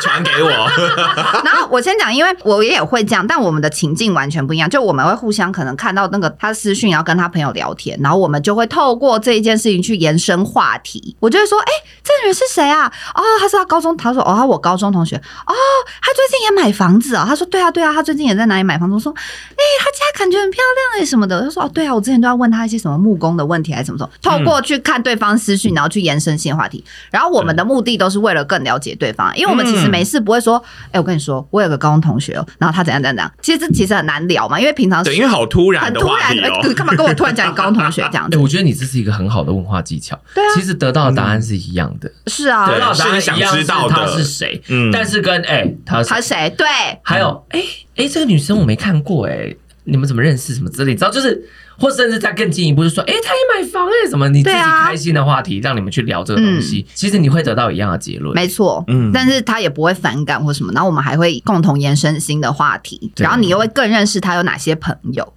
S3: 传给我。 [laughs]
S2: [laughs] 然后我先讲，因为我也会这样，但我们的情境完全不一样。就我们会互相可能看到那个他私讯，然后跟他朋友聊天，然后我们就会透过这一件事情去延伸话题。我就会说，哎、这女人是谁啊？哦，她是他高中，他说，哦，她我高中同学。哦，她最近也买房子哦。他说，对啊，对啊，她最近也在哪里买房子。我说，哎、她家感觉很漂亮哎、什么的。他说，哦，对啊，我之前都要问她一些什么木工的问题还是什么什么，
S3: 嗯
S2: 透过去看对方私讯，然后去延伸性话题。然后我们的目的都是为了更了解对方，啊因为我们其
S3: 嗯
S2: 实没事不会说，哎、我跟你说，我有个高中同学哦，然后他怎样怎样怎样，其实这其实很难聊嘛，因为平常
S3: 对，因为好突然
S2: 很
S3: 的
S2: 突
S3: 话
S2: 然，
S3: 题
S2: 哎
S3: 哦。
S2: 你干嘛跟我突然讲你高中同学这样
S1: 哎，
S2: 子？
S1: 我觉得你这是一个很好的问话技巧。
S2: 对啊
S1: 其实得到的答案是一样的，
S2: 是啊，
S3: 对
S1: 得到的答案
S3: 是
S1: 一
S3: 你
S1: 样
S3: 想
S1: 是
S3: 知道的
S1: 他是谁，
S3: 嗯
S1: 但是跟哎他
S2: 他是谁？对，
S1: 还有
S2: 嗯
S1: 哎哎这个女生我没看过哎，你们怎么认识什么之类，你知道就是或甚至再更进一步就说哎他也买房哎什么，你自己
S2: 对啊嗯
S1: 开心的话题让你们去聊这个东西，其实你会得到一样的结论。
S2: 没错，
S3: 嗯
S2: 但是他也不会反感或什么，然后我们还会共同延伸新的话题，
S1: 对
S2: 然后你又会更认识他有哪些朋友。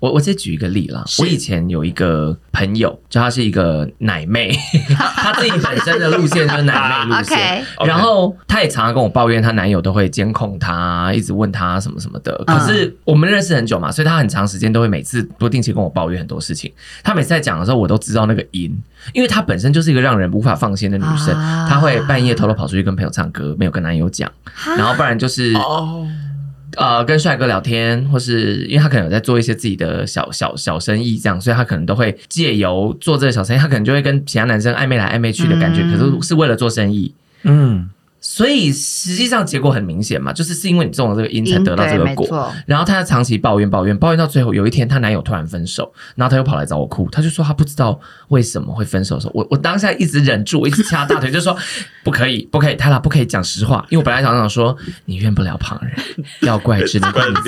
S1: 我我再举一个例啦，
S2: 是
S1: 我以前有一个朋友，就她是一个奶妹， [laughs] 她自己本身的路线嗯就是奶妹路线。
S2: [laughs] 啊 OK，
S3: OK
S1: 然后她也常常跟我抱怨，她男友都会监控她，一直问她什么什么的。
S2: 嗯
S1: 可是我们认识很久嘛，所以她很长时间都会每次不定期跟我抱怨很多事情。她每次在讲的时候，我都知道那个音，因为她本身就是一个让人无法放心的女生。
S2: 啊
S1: 她会半夜偷偷跑出去跟朋友唱歌，没有跟男友讲，然后不然就是
S3: 哦，
S1: 呃，跟帅哥聊天，或是因为他可能有在做一些自己的小小小生意，这样，所以他可能都会借由做这个小生意，他可能就会跟其他男生暧昧来暧昧去的感觉，
S2: 嗯
S1: 可是是为了做生意，
S3: 嗯，
S1: 所以实际上结果很明显嘛，就是是因为你中了这个因才
S2: 嗯
S1: 得到这
S2: 对
S1: 个
S2: 没
S1: 果。
S2: 错
S1: 然后她长期抱怨抱怨抱怨到最后，有一天她男友突然分手，然后她又跑来找我哭，她就说她不知道为什么会分手的时候，我我当下一直忍住，我一直掐大腿，就说不可以不可以，他俩不可以讲实话，因为我本来想想说你怨不了旁人，要怪只能怪你自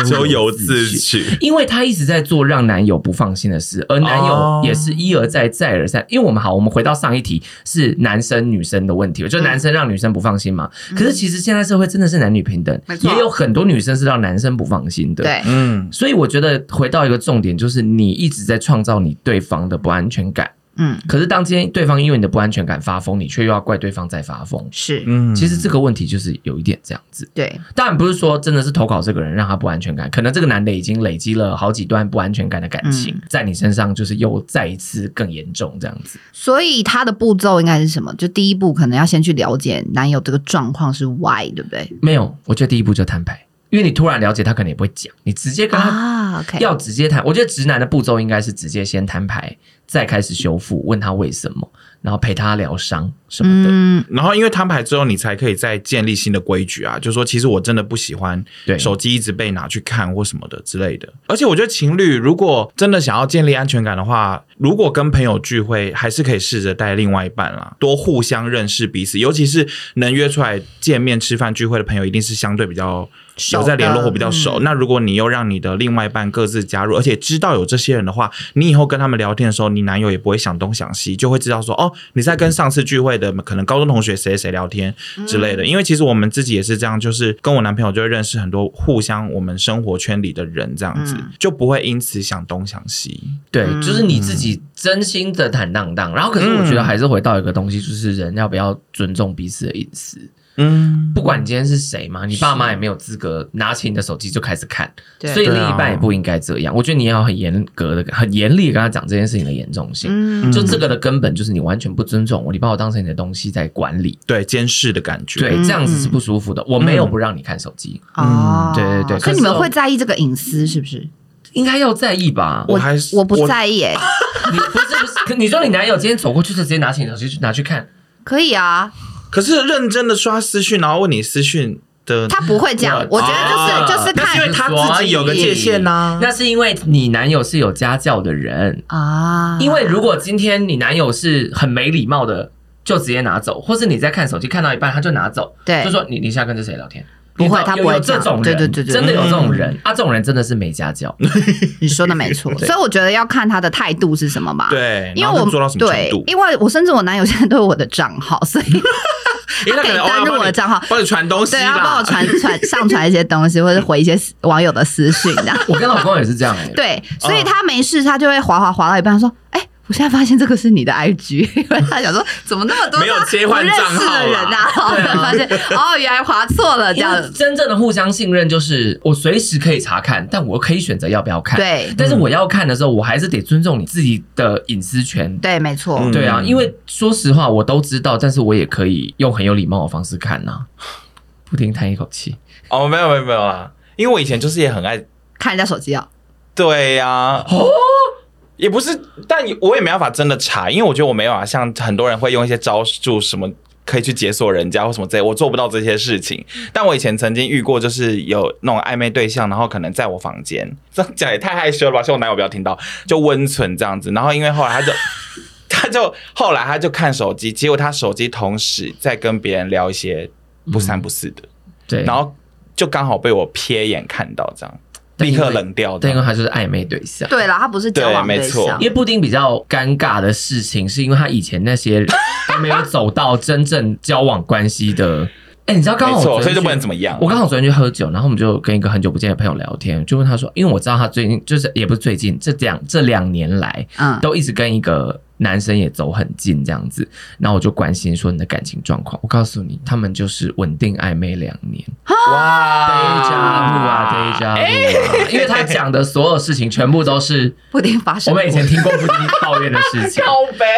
S1: 己
S3: 咎
S1: 咎
S3: 由
S1: 由
S3: 自
S1: 自取。
S3: 取。
S1: 因为她一直在做让男友不放心的事，而男
S3: 哦
S1: 友也是一而再再而三。因为我们好，我们回到上一题是男生女生的问题，
S2: 嗯
S1: 就男生让女生不放心嘛。可是其实现在社会真的是男女平等
S2: 没，错
S1: 也有很多女生是让男生不放心的。。
S2: 对，
S3: 嗯，
S1: 所以我觉得回到一个重点，就是你一直在创造你对方的不安全感，
S2: 嗯，
S1: 可是当今天对方因为你的不安全感发疯，你却又要怪对方在发疯。
S2: 是，
S3: 嗯
S1: 其实这个问题就是有一点这样子，
S2: 对，
S1: 当然不是说真的是投稿这个人让他不安全感，可能这个男的已经累积了好几段不安全感的感情，
S2: 嗯
S1: 在你身上就是又再一次更严重这样子。
S2: 所以他的步骤应该是什么？就第一步可能要先去了解男友这个状况是 why，对不对？
S1: 没有，我觉得第一步就摊牌，因为你突然了解他，可能也不会讲，你直接跟他
S2: 啊，OK，
S1: 要直接谈，我觉得直男的步骤应该是直接先摊牌，再开始修复，问他为什么，然后陪他疗伤什么的。
S2: 嗯，
S3: 然后因为摊牌之后，你才可以再建立新的规矩啊，就说其实我真的不喜欢
S1: 对
S3: 手机一直被拿去看或什么的之类的。而且我觉得情侣如果真的想要建立安全感的话，如果跟朋友聚会，还是可以试着带另外一半啦，多互相认识彼此，尤其是能约出来见面吃饭聚会的朋友，一定是相对比较。
S2: 熟
S3: 有在联络或比
S2: 的
S3: 较
S2: 嗯
S3: 熟，那如果你又让你的另外一半各自加入，而且知道有这些人的话，你以后跟他们聊天的时候，你男友也不会想东想西，就会知道说哦，你在跟上次聚会的可能高中同学谁谁聊天
S2: 嗯
S3: 之类的。因为其实我们自己也是这样，就是跟我男朋友就会认识很多互相我们生活圈里的人，这样子、
S2: 嗯
S3: 就不会因此想东想西。
S1: 对，
S2: 嗯
S1: 就是你自己真心的坦荡荡。然后，可是我觉得还是回到一个东西，就是人要不要尊重彼此的隐私。
S3: 嗯，
S1: 不管你今天是谁嘛，你爸妈也没有资格拿起你的手机就开始看，
S2: 对
S1: 所以
S3: 对
S1: 另
S3: 啊
S1: 一半也不应该这样。我觉得你要很严格的、很严厉地跟他讲这件事情的严重性。
S2: 嗯
S1: 就这个的根本就是你完全不尊重我，你把我当成你的东西在管理，
S3: 对，监视的感觉。
S1: 对，嗯
S2: 嗯
S1: 这样子是不舒服的。我没有不让你看手机，
S2: 哦，
S1: 对对对
S2: 所
S1: 可
S2: 以
S1: 是
S2: 你们
S1: 我
S2: 会在意这个隐私是不是？
S1: 应该要在意吧？
S3: 我还是
S2: 我不在意、欸，
S1: 你不是不是 [laughs] 可，你说你男友今天走过去就直接拿起你手机去拿去看，
S2: 可以啊，
S3: 可是认真的刷私讯，然后问你私讯的，
S2: 他不会这
S1: [laughs]
S2: 样
S1: 我，
S2: 我觉得就是
S3: 啊
S2: 就是
S3: 那是因为
S2: 看
S3: 他自己有个界限呐、
S1: 那是因为你男友是有家教的人，
S2: 啊，
S1: 因为如果今天你男友是很没礼貌的，就直接拿走，或是你在看手机看到一半他就拿走，
S2: 对
S1: 就说你你现在跟这谁聊天？
S2: 不会
S1: 你知道
S2: 他
S1: 有
S2: 不会
S1: 有这
S2: 讲
S1: 种人，
S2: 对对对对
S1: 真的有这种人、
S3: 嗯
S1: 啊！这种人真的是没家教，
S2: 你说的没
S3: [laughs]
S2: 错，所以我觉得要看他的态度是什么嘛。。
S3: 对，
S2: 因
S3: 然
S2: 为我
S3: 后就做到什么程
S2: 对
S3: 度，？
S2: 因为我甚至我男友现在都有我的账号，所以
S3: [laughs] 因为
S2: 他可以
S3: 偶尔
S2: 登录
S3: 帮
S2: 我的
S3: 你
S2: 账号
S3: 帮你传东西
S2: 对
S3: 啦，
S2: 要帮我传传上传一些东西，或者回一些私 [laughs] 网友的私讯这
S3: [laughs]
S2: 样。
S1: 我跟老公也是这样哎、
S2: [laughs] 对，所以他没事，他就会滑滑滑到一半，他说：“哎、我现在发现这个是你的 IG。”因为 [laughs] 他想说，怎么那么多
S3: 没有切
S2: 不
S3: 换
S2: 认
S3: 账
S2: 识
S3: 号
S2: 的人啊
S3: [laughs] 啦？
S2: 然后才发现哦，原来滑错了这
S1: 因
S2: 样
S1: 为。真正的互相信任就是我随时可以查看，但我可以选择要不要看。，
S2: 对
S1: 但是我要看的时候，我还是得尊重你自己的隐私权。
S2: 对，没错。
S3: 嗯
S1: 对啊，因为说实话，我都知道，但是我也可以用很有礼貌的方式看呐、不停叹一口气，
S3: 哦，没有没有没有啦，因为我以前就是也很爱，
S2: 看人家手机哦，
S3: 对呀、也不是，但我也没办法真的查，因为我觉得我没办法像很多人会用一些招数什么。可以去解锁人家或什么之类，我做不到这些事情。但我以前曾经遇过，就是有那种暧昧对象，然后可能在我房间，这样讲也太害羞了吧？希望我男友不要听到，就温存这样子。然后因为后来他就， [laughs] 他就后来他就看手机，结果他手机同时在跟别人聊一些不三不四的，
S1: 对，
S3: 然后就刚好被我瞥眼看到，这样
S1: 但因
S3: 立
S1: 为
S3: 刻冷掉
S1: 但因
S3: 的。
S1: 为他就是暧昧对象。
S2: 对啊了，他不是交往
S3: 对没错
S2: 象
S1: 因，为布丁比较尴尬的事情，是因为他以前那些还没有走到真正交往关系的。哎、你知道刚
S3: 没
S1: 好我
S3: 错，
S1: 昨天
S3: 所以就
S1: 去
S3: 不能怎么样。
S1: 我刚好昨天去喝酒，然后我们就跟一个很久不见的朋友聊天，就问他说，因为我知道他最近就是也不是最近，这两这两年来
S2: 嗯，
S1: 都一直跟一个男生也走很近这样子，然后我就关心说你的感情状况。我告诉你，他们就是稳定暧昧两年
S3: 哇
S1: ，deja vu 啊，deja vu 啊，因为他讲的所有事情全部都是
S2: 不一定发生
S1: 我
S2: 过。
S1: 们以前听过布丁抱怨的事
S2: [laughs]
S1: 情。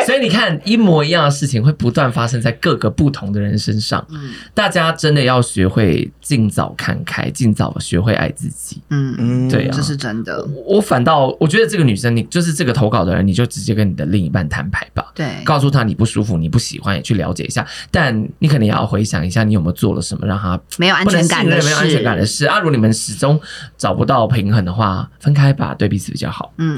S1: 所以你看，一模一样的事情会不断发生在各个不同的人身上。
S2: 嗯
S1: 大家真的要学会尽早看开，尽早学会爱自己。
S2: 嗯，
S3: 嗯
S1: 对啊
S2: 这是真的。
S1: 我我反倒我觉得这个女生，你就是这个投稿的人，你就直接跟你的另一半摊牌吧，
S2: 对，
S1: 告诉她你不舒服，你不喜欢，也去了解一下。但你可能也要回想一下，你有没有做了什么让她
S2: 没有安
S1: 不能
S2: 全
S1: 信
S2: 感的
S1: 任没
S2: 事，
S1: 有安全感的事啊？如果你们始终找不到平衡的话，分开吧，对彼此比较好。
S2: 嗯，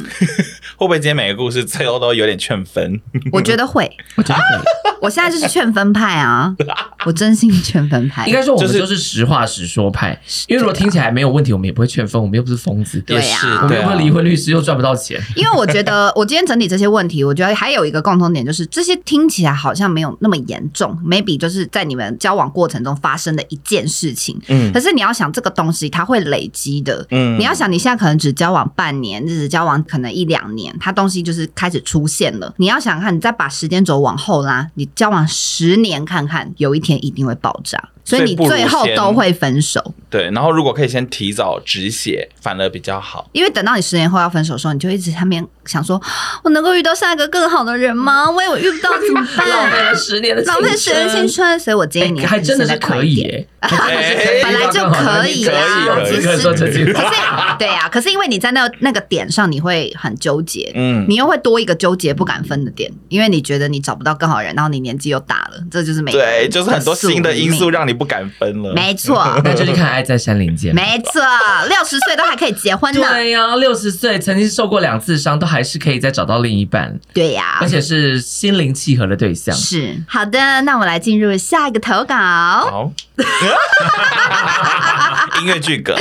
S3: 会不会今天每个故事最后都有点劝分？
S2: 我觉得会。
S1: 我觉得可以。
S2: 我现在就是劝分派啊， [laughs] 我真心劝分派。
S1: 应该说我们
S3: 就是
S1: 就是实话实说派，因为如果听起来没有问题，我们也不会劝分，我们又不是疯子，
S2: 对啊
S1: 我们
S3: 对
S1: 又
S3: 啊
S1: 不是离婚律师，又赚不到钱。
S2: 因为我觉得，我今天整理这些问题，我觉得还有一个共同点，就是这些听起来好像没有那么严重，maybe 就是在你们交往过程中发生的一件事情。
S3: 嗯
S2: 可是你要想，这个东西它会累积的。
S3: 嗯
S2: 你要想，你现在可能只交往半年，只交往可能一两年，它东西就是开始出现了。你要想看，你再把时间轴往后拉，你交往十年看看，有一天一定会爆炸，
S1: 嗯
S2: 所以
S3: 所以
S2: 你
S3: 不如
S2: 最后
S3: 先
S2: 都会分手。
S3: 对，然后如果可以先提早止血，反而比较好。
S2: 因为等到你十年后要分手的时候，你就一直在那边想说，我能够遇到下一个更好的人吗？我有遇不到怎么
S1: 嗯 [laughs] 浪费
S2: 办？
S1: 了十年的青
S2: 啊浪
S1: 春
S2: 费时间青春，所以我建议你
S1: 哎还真的是
S2: 现在快
S1: 可
S2: 一
S1: 以
S2: 点
S1: 耶，哎
S2: [laughs] 本来就可以啊
S1: 可以可以
S2: 只是
S1: 可以说这句
S2: 可
S1: 话。
S2: 是，对啊，可是因为你在那那个点上，你会很纠结，
S3: 嗯
S2: 你又会多一个纠结不敢分的点，因为你觉得你找不到更好的人，然后你年纪又大了，这就是每个人
S3: 对，就是很多新的因素
S2: 宿命，
S3: 让你不敢分了。
S2: 没错，
S3: [laughs]
S1: 那就去看《爱在山林间》。
S2: 没错，六十岁都还可以结婚呢，
S1: 对呀、六十岁曾经受过两次伤，都还是可以再找到另一半，
S2: 对呀
S1: 而，且是心灵契合的对象。
S2: 啊是好的，那我们来进入下一个投稿。 [laughs]
S3: 好， [laughs] 音乐剧梗，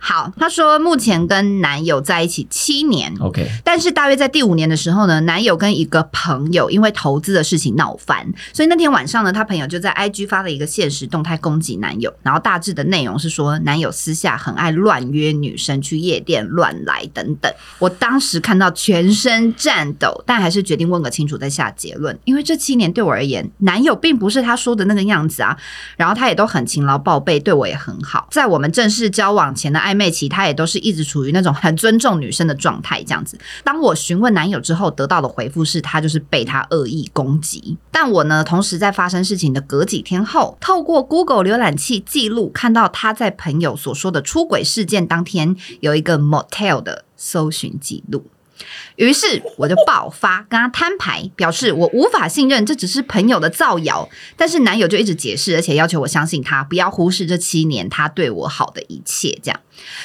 S2: 好，他说目前跟男友在一起七年，
S1: OK，
S2: 但是大约在第五年的时候呢，男友跟一个朋友因为投资的事情闹翻，所以那天晚上呢，他朋友就在 IG 发了一个现实动态攻击男友，然后大致的内容是说男友私下很爱乱约女生去夜店乱来等等。我当时看到全身颤抖，但还是决定问个清楚再下结论，因为这七年对我而言，男友并不是他说的那个样子啊，然后他也都很勤劳报备，对我也很好。在我们正式交往前的暧昧期，他也都是一直处于那种很尊重女生的状态这样子。当我询问男友之后，得到的回复是他就是被他恶意攻击。但我呢，同时在发生事情的隔几天后，透过 Google 浏览器记录，看到他在朋友所说的出轨事件当天有一个 motel 的搜寻记录。于是我就爆发，跟他摊牌，表示我无法信任，这只是朋友的造谣。但是男友就一直解释，而且要求我相信他，不要忽视这七年他对我好的一切，这样。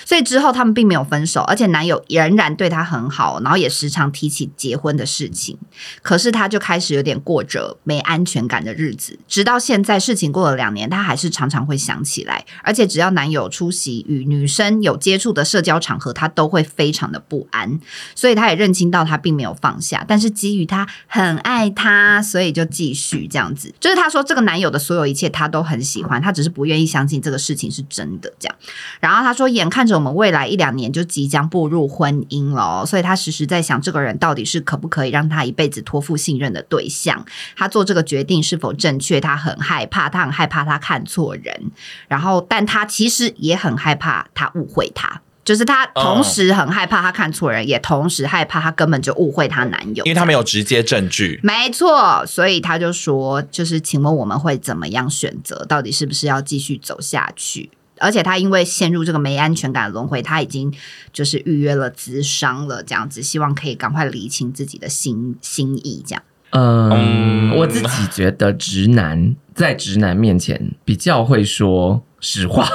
S2: 所以之后他们并没有分手，而且男友仍然对她很好，然后也时常提起结婚的事情。可是她就开始有点过着没安全感的日子，直到现在事情过了两年，她还是常常会想起来，而且只要男友出席与女生有接触的社交场合，她都会非常的不安。所以她也认清到她并没有放下，但是基于她很爱他，所以就继续这样子。就是她说这个男友的所有一切她都很喜欢，她只是不愿意相信这个事情是真的这样。然后他说，眼看着我们未来一两年就即将步入婚姻了哦，所以他时时在想，这个人到底是可不可以让他一辈子托付信任的对象？他做这个决定是否正确？他很害怕，他很害怕他看错人，然后但他其实也很害怕他误会他。就是他同时很害怕他看错人，也同时害怕他根本就误会她男友，
S3: 因为他没有直接证据。
S2: 没错，所以他就说，就是请问我们会怎么样选择？到底是不是要继续走下去？而且他因为陷入这个没安全感的轮回，他已经就是预约了咨商了，这样子，希望可以赶快理清自己的心心意，这样。
S1: 嗯，
S3: 嗯
S1: 我自己觉得直男在直男面前比较会说实话。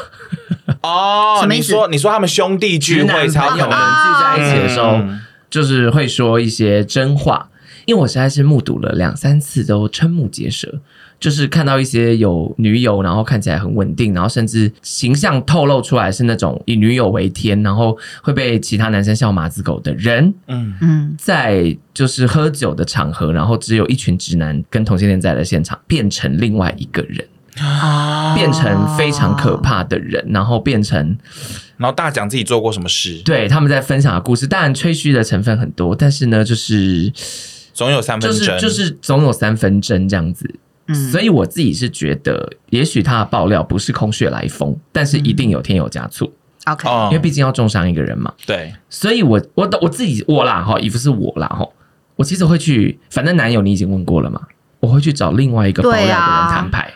S3: 哦
S2: 什，么意
S3: 你
S2: 思
S3: 说你说他们兄弟聚会才
S1: 朋友
S3: 有
S1: 们
S3: 的
S1: 聚在一起的时候，
S3: 嗯
S1: 就是会说一些真话。因为我实在是目睹了两三次都瞠目结舌，就是看到一些有女友，然后看起来很稳定，然后甚至形象透露出来是那种以女友为天，然后会被其他男生笑马子狗的人，
S3: 嗯，
S2: 嗯，
S1: 在就是喝酒的场合，然后只有一群直男跟同性恋在的现场，变成另外一个人，
S2: 啊
S1: 变成非常可。怕的人，然后变成
S3: 然后大讲自己做过什么事，
S1: 对他们在分享的故事，当然吹嘘的成分很多，但是呢，就是
S3: 总有三分
S1: 就是
S3: 真，
S1: 就是总有三分真这样子。
S2: 嗯
S1: 所以我自己是觉得，也许他的爆料不是空穴来风，但是一定有添油加醋，
S2: OK，、
S3: 哦
S1: 因为毕竟要重伤一个人嘛。
S3: 对，
S1: 所以我我我自己我啦哈，衣服是我啦哈，我其实会去，反正男友你已经问过了嘛，我会去找另外一个爆料的
S2: 对
S1: 人
S2: 啊
S1: 摊牌。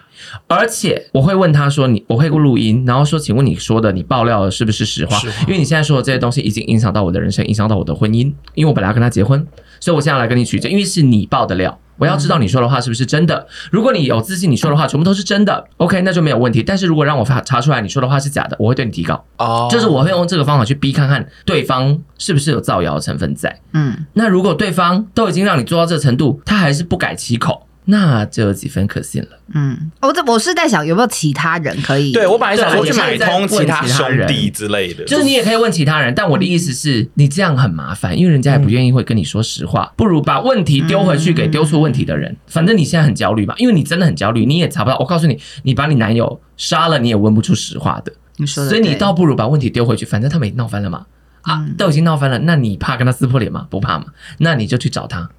S1: 而且我会问他说你，我会录音，然后说，请问你说的，你爆料的是不是实话？
S3: 实话
S1: 因为你现在说的这些东西已经影响到我的人生，影响到我的婚姻，因为我本来要跟他结婚，所以我现在要来跟你取证，因为是你爆的料，我要知道你说的话是不是真的。如果你有自信，你说的话全部都是真的，OK，那就没有问题。但是如果让我查查出来你说的话是假的，我会对你提告。
S3: 哦
S1: 就是我会用这个方法去逼看看对方是不是有造谣的成分在。
S2: 嗯，
S1: 那如果对方都已经让你做到这程度，他还是不改其口，那就有几分可信了。
S2: 嗯，我这我是在想有没有其他人可以，
S3: 对我本来想说去买通
S1: 对
S3: 其他
S1: 我现在在
S3: 兄
S1: 问
S3: 弟
S1: 其
S3: 之类的，
S1: 就是你也可以问其他人，但我的意思是你这样很麻烦，因为人家也不愿意会跟你说实话，不如把问题丢回去给丢出问题的人。反正你现在很哦焦虑嘛，因为你真的很焦虑，你也查不到。我告诉你，你把你男友杀了，你也问不出实话的。
S2: 你说的
S1: 所
S2: 对，嗯
S1: 以你倒不如把问题丢回去，反正他们也闹翻了嘛，啊，都已经闹翻了，那你怕跟他撕破脸吗？不怕嘛，那你就去找他，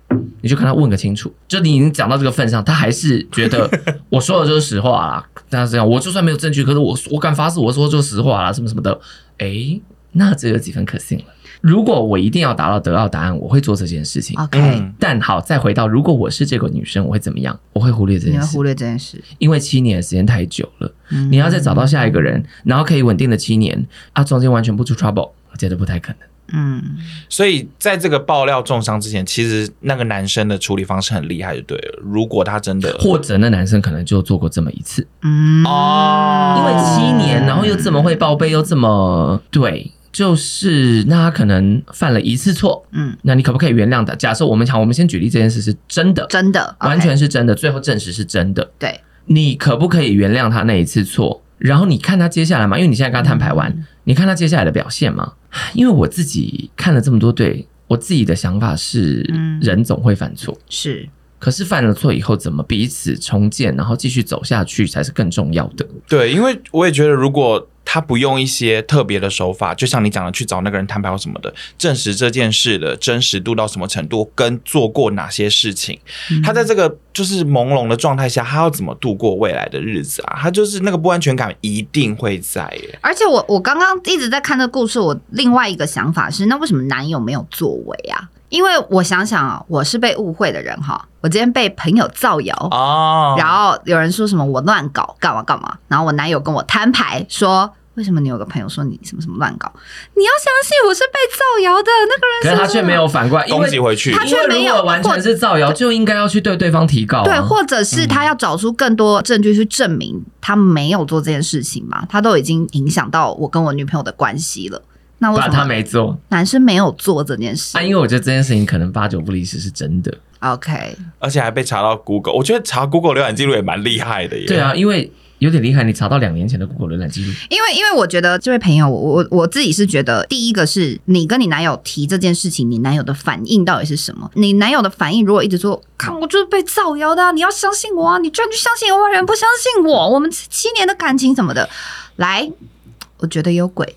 S1: 你就跟他问个清楚。就你已经讲到这个份上，他还是觉
S2: [laughs]
S1: 得我说的就是实话啦。那这样，我就算没有证据，可是我我敢发誓，我说的就是实话啦，什么什么的。诶，那这有几分可信了？如果我一定要达到得到答案，我会做这件事情。
S2: OK，、
S3: 嗯，
S1: 但好，再回到，如果我是这个女生，我会怎么样？我会忽略这
S2: 你
S1: 件
S2: 会
S1: 事
S2: 忽，略这件事。
S1: 因为七年的时间太久了。
S2: 嗯
S1: 你要再找到下一个人，然后可以稳定的七年啊，中间完全不出 trouble，我觉得不太可能。
S2: 嗯，
S3: 所以在这个爆料重伤之前，其实那个男生的处理方式很厉害，就对了。如果他真的
S1: 或者那男生可能就做过这么一次，
S2: 嗯
S3: 哦
S1: 因为七年，然后又这么会报备，又这么对，就是那他可能犯了一次错，
S2: 嗯，
S1: 那你可不可以原谅他？假设我们想，我们先举例这件事是真的，
S2: 真的
S1: 完全
S2: OK，
S1: 是真的，最后证实是真的，
S2: 对，
S1: 你可不可以原谅他那一次错？然后你看他接下来嘛，因为你现在跟他摊牌完，你看他接下来的表现嘛。嗯因为我自己看了这么多对我自己的想法是
S2: 嗯，
S1: 人总会犯错，
S2: 是
S1: 可是犯了错以后怎么彼此重建，然后继续走下去才是更重要的。
S3: 对，因为我也觉得，如果他不用一些特别的手法，就像你讲的，去找那个人摊牌或什么的，证实这件事的真实度到什么程度，跟做过哪些事情，他
S2: 嗯
S3: 在这个就是朦胧的状态下，他要怎么度过未来的日子啊？他就是那个不安全感一定会在耶。
S2: 而且我我刚刚一直在看这个故事，我另外一个想法是，那为什么男友没有作为啊？因为我想想啊，我是被误会的人哈，我今天被朋友造谣，
S3: 哦，
S2: 然后有人说什么我乱搞干嘛干嘛，然后我男友跟我摊牌说。为什么你有个朋友说你什么什么乱搞？你要相信我是被造谣的那个人
S1: 可
S2: 是
S1: 是
S2: 我
S1: 他却没有反过来，因
S3: 攻击
S1: 为
S3: 回去
S2: 他，
S1: 因为如果完全是造谣，就应该要去对对方提告、啊。
S2: 对，或者是他要找出更多证据去证明他没有做这件事情嘛？他都已经影响到我跟我女朋友的关系了，那为
S1: 把
S2: 什
S1: 他
S2: 么
S1: 没做
S2: 男生没有做这件事
S1: 啊，因为我觉得这件事情可能八九不离十是真的。
S2: ？OK，
S3: 而且还被查到 Google，我觉得查 Google 浏览记录也蛮厉害的耶。
S1: 对，啊，因为有点厉害，你查到两年前的 Google 浏览记录。
S2: 因为因为我觉得这位朋友，我我我自己是觉得，第一个是你跟你男友提这件事情，你男友的反应到底是什么？你男友的反应如果一直说“看我就是被造谣的、啊，你要相信我啊，你居然去相信有外人不相信我，我们七年的感情什么的”，来，我觉得有鬼。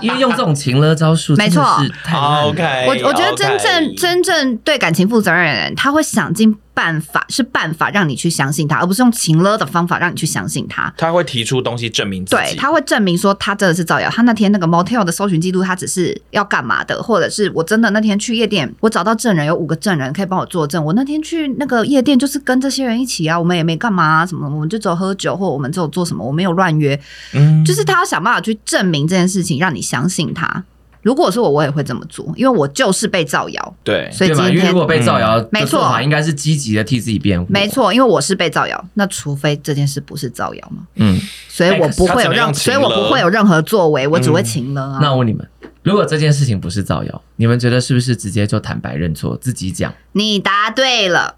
S1: 因为用这种情勒招数，
S2: 没错
S1: 真的是太烂了
S3: OK，
S2: 我我觉得真
S3: OK
S2: 正真正对感情负责任的人，他会想尽办法，是办法让你去相信他，而不是用情勒的方法让你去相信他。
S3: 他会提出东西证明自己，
S2: 对，他会证明说他真的是造谣。他那天那个 motel 的搜寻记录，他只是要干嘛的，或者是我真的那天去夜店，我找到证人有五个证人可以帮我作证。我那天去那个夜店就是跟这些人一起啊，我们也没干嘛、啊、什么，我们就只有喝酒或我们只有做什么，我没有乱约。
S3: 嗯
S2: 就是他要想办法去证明这件事情，让你相信他。如果是我，我也会这么做，因为我就是被造谣，
S3: 对，
S2: 所以
S1: 对
S2: 今
S1: 吧？因为
S2: 天嗯
S1: 如果被造谣，
S2: 没错
S1: 应该是积极的替自己辩护。
S2: 没，错，因为我是被造谣，那除非这件事不是造谣嘛，
S1: 嗯。
S2: 所以我不会有
S3: 哎
S2: 任，
S3: 可是
S2: 所
S3: 他
S2: 以
S3: 只能用情
S2: 我不会有任何作为，我只会
S3: 嗯
S2: 情了啊。
S1: 那我问你们，如果这件事情不是造谣，你们觉得是不是直接就坦白认错，自己讲？
S2: 你答对了，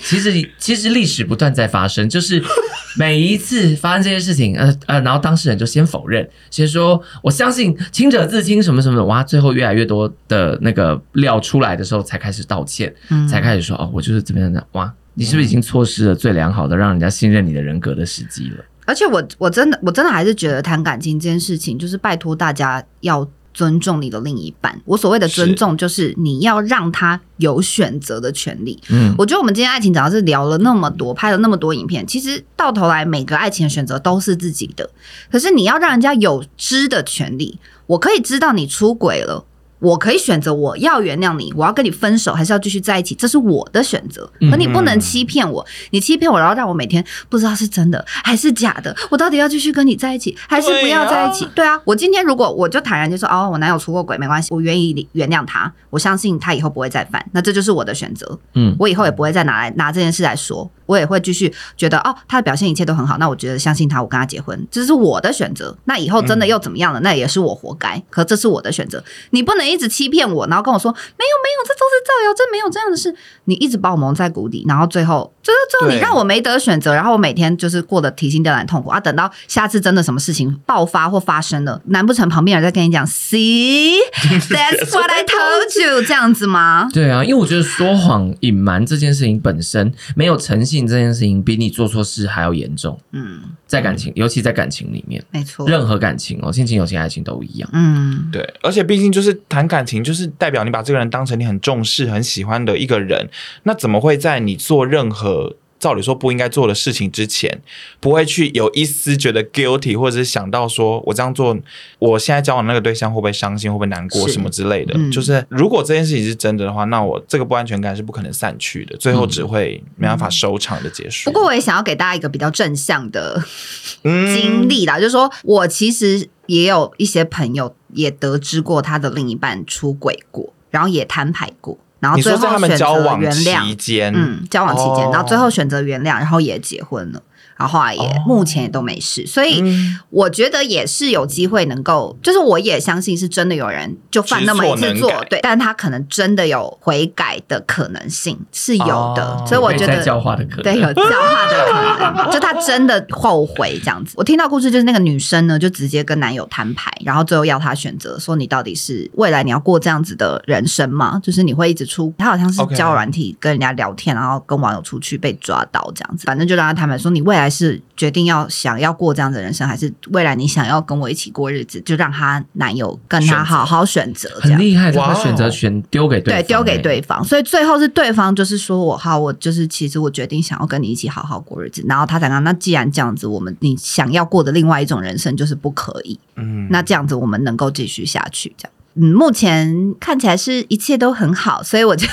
S1: 其实，其实历史不断在发生，就是每一次发生这些事情，呃呃，然后当事人就先否认，先说我相信清者自清什么什么的，哇，最后越来越多的那个料出来的时候，才开始道歉，
S2: 嗯
S1: 才开始说哦，我就是怎么样的，哇，你是不是已经错失了最良好的让人家信任你的人格的时机了？
S2: 而且我我真的我真的还是觉得谈感情这件事情，就是拜托大家要尊重你的另一半。我所谓的尊重，就是你要让他有选择的权利。
S1: 嗯，
S2: 我觉得我们今天爱情只要是聊了那么多，拍了那么多影片，其实到头来每个爱情的选择都是自己的。可是你要让人家有知的权利，我可以知道你出轨了。我可以选择我要原谅你，我要跟你分手，还是要继续在一起，这是我的选择。可你不能欺骗我，你欺骗我，然后让我每天不知道是真的还是假的，我到底要继续跟你在一起，还是不要在一起？对啊，我今天如果我就坦然接受，哦，我男友出过轨，没关系，我愿意原谅他，我相信他以后不会再犯，那这就是我的选择。
S1: 嗯
S2: 我以后也不会再拿来拿这件事来说，我也会继续觉得哦，他的表现一切都很好，那我觉得相信他，我跟他结婚，这是我的选择。那以后真的又怎么样了？那也是我活该，可这是我的选择。你不能一直欺骗我，然后跟我说没有没有，这都是造谣，这没有这样的事。你一直把我蒙在鼓里，然后最后就是最后你
S3: 对
S2: 让我没得选择，然后我每天就是过得提心吊胆痛苦啊。等到下次真的什么事情爆发或发生了，难不成旁边人在跟你讲 See that's what I told you 这样子吗？
S1: 对啊，因为我觉得说谎、隐瞒这件事情本身没有诚信，这件事情比你做错事还要严重。
S2: 嗯，
S1: 在感情，尤其在感情里面，
S6: 没错，
S1: 任何感情哦，亲情、友情、爱情都一样。
S6: 嗯，
S3: 对，而且毕竟就是谈感情，就是代表你把这个人当成你很重视、很喜欢的一个人，那怎么会在你做任何照理说不应该做的事情之前，不会去有一丝觉得 guilty，或者是想到说我这样做，我现在交往的那个对象会不会伤心、会不会难过
S6: 是
S3: 什么之类的？
S6: 嗯
S3: 就是如果这件事情是真的的话，那我这个不安全感是不可能散去的，最后只会没办法收场的结束。
S2: 嗯不过我也想要给大家一个比较正向 [laughs] 的
S3: 嗯
S2: 经历啦，就是说我其实也有一些朋友也得知过他的另一半出轨过，然后也摊牌过，然后
S3: 你
S2: 最
S3: 说在他
S2: 后
S3: 们
S2: 选
S3: 交
S2: 择
S3: 往
S2: 原
S3: 期
S2: 谅，
S3: 间，
S2: 嗯，交往期间，
S3: 哦
S2: 然后最后选择原谅，然后也结婚了，然后后来也、
S3: 哦
S2: 目前也都没事，所以。
S3: 嗯
S2: 我觉得也是有机会能够，就是我也相信是真的有人就犯那么一次
S3: 知错
S2: 错
S3: 能改，
S2: 对，但他可能真的有悔改的可能性是有的，
S3: 哦
S2: 所以我觉
S1: 在
S2: 得
S1: 教化的可能，
S2: 对，有教化的可
S3: [laughs]
S2: 能，就她真的后悔这样子。我听到故事就是那个女生呢，就直接跟男友摊牌，然后最后要他选择，说你到底是未来你要过这样子的人生吗？就是你会一直出，她好像是
S3: OK
S2: 交友软体跟人家聊天，然后跟网友出去被抓到这样子，反正就让他摊牌说你未来是决定要想要过这样子的人生，还是未来你想要跟我一起过日子，就让她男友跟
S3: 选择
S2: 她好好选择这
S1: 很
S2: 样。
S1: 厉害，他
S3: 哇
S1: 把
S3: 哦
S1: 选择权丢给对方，
S2: 对，丢给
S1: 欸
S2: 对方，所以最后是对方就是说我好，我就是其实我决定想要跟你一起好好过日子，然后他才刚那既然这样子，我们你想要过的另外一种人生就是不可以，
S3: 嗯
S2: 那这样子我们能够继续下去，这样。嗯，目前看起来是一切都很好，所以我觉得，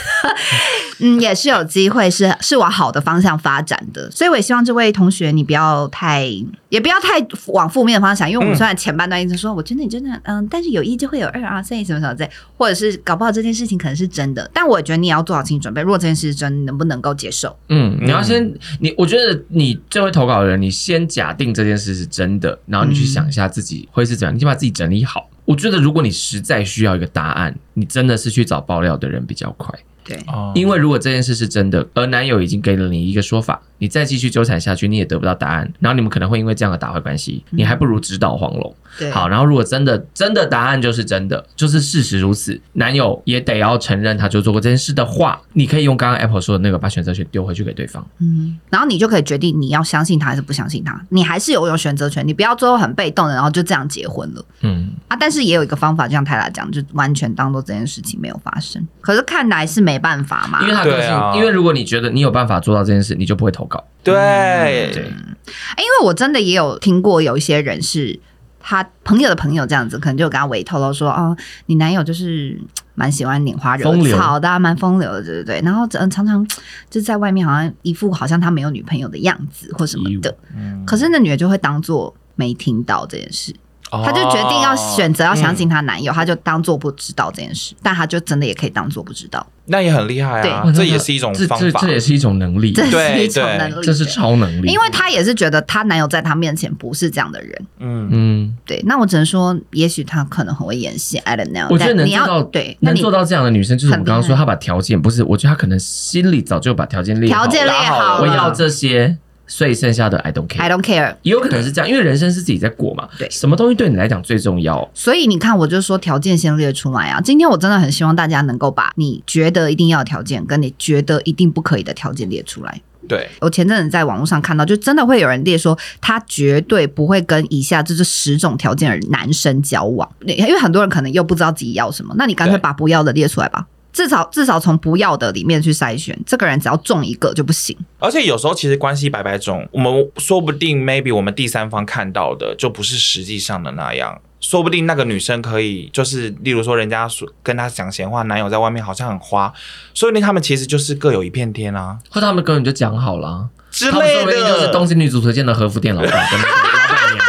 S2: [laughs] 嗯，也是有机会是是往好的方向发展的。所以我也希望这位同学你不要太，也不要太往负面的方向想，因为我们
S3: 嗯
S2: 虽然前半段一直说，我觉得你真的，嗯，但是有一就会有二啊，所以什么什么之类，或者嗯是搞不好这件事情可能是真的，但我觉得你也要做好心理准备，如果这件事是真的，你能不能够接受？
S1: 嗯，你要
S3: 嗯
S1: 先你，我觉得你最会投稿的人，你先假定这件事是真的，然后你去想一下自己会是怎样，你先把自己整理好。我觉得如果你实在需要一个答案，你真的是去找爆料的人比较快，
S2: 对，
S3: 哦
S1: 因为如果这件事是真的，而男友已经给了你一个说法，你再继续纠缠下去，你也得不到答案，然后你们可能会因为这样的打坏关系，你还不如直捣黄龙。
S2: 对，
S1: 好，，然后如果真的真的答案就是真的，就是事实如此，男友也得要承认他就做过这件事的话，你可以用刚刚 Apple 说的那个把选择权丢回去给对方。
S2: 嗯，然后你就可以决定你要相信他还是不相信他，你还是有有选择权，你不要最后很被动的，然后就这样结婚了
S1: 嗯，
S2: 啊。但是也有一个方法，就像泰拉讲，就完全当做这件事情没有发生。可是看来是没办法嘛
S1: 因。为他个
S3: 对
S1: 性，
S3: 啊
S1: 因为如果你觉得你有办法做到这件事，你就不会投稿。
S3: 对
S1: 嗯对，
S2: 哎因为我真的也有听过有一些人是他朋友的朋友这样子，可能就有跟他微透露说，哦，你男友就是嘖蛮喜欢拈花惹
S1: 风流
S2: 草的啊、蛮风流的，对对对。然后嗯，常常嘖就在外面好像一副好像他没有女朋友的样子或什么的，
S3: 嗯
S2: 可是那女的就会当做没听到这件事。
S3: 哦
S2: 她就决定要选择要相信她男友，她就当做不知道这件事，但她就真的也可以当做不知道，
S3: 那也很厉害啊
S1: 哇，
S3: 这也是一种
S1: 这
S3: 方
S1: 这
S3: 法
S1: 这。也是一种能力，
S2: 这是
S3: 对
S2: 一种
S3: 对
S2: 能力，
S1: 这是超能力。
S2: 因为她也是觉得她男友在她面前不是这样的人，
S3: 嗯，
S1: 嗯，
S2: 对。那我只能说，也许她可能很会演戏，I don't know 但。
S1: 我觉得能
S2: 你
S1: 做
S2: 要
S1: 到
S2: 对，那
S1: 能
S2: 你
S1: 做到这样的女生，就是我们刚刚
S2: 很厉
S1: 说，
S2: 害
S1: 她把条件不是，我觉得她可能心里早就把条件列好
S2: 条
S1: 了
S2: 件列好了，
S1: 我要这些，所以剩下的 I don't care。
S2: I don't care。
S1: 也有可能是这样，因为人生是自己在过嘛。
S2: 对
S1: 什么东西对你来讲最重要？
S2: 所以你看，我就说条件先列出来啊。今天我真的很希望大家能够把你觉得一定要的条件，跟你觉得一定不可以的条件列出来。
S3: 对，
S2: 我前阵子在网络上看到，就真的会有人列说，他绝对不会跟以下这这十种条件的男生交往，因为很多人可能又不知道自己要什么，那你干脆
S3: 对
S2: 把不要的列出来吧。至少至少从不要的里面去筛选，这个人只要中一个就不行。
S3: 而且有时候其实关系百百种，我们说不定 maybe 我们第三方看到的就不是实际上的那样。说不定那个女生可以，就是例如说，人家说跟她讲闲话，男友在外面好像很花，说不定他们其实就是各有一片天啊
S1: 或者他们根本就讲好了啊，
S3: 之
S1: 他们说
S3: 类
S1: 不定就是
S3: 的。
S1: 东京女主推荐的和服店老板跟那个老板
S2: [laughs]
S1: 娘。啊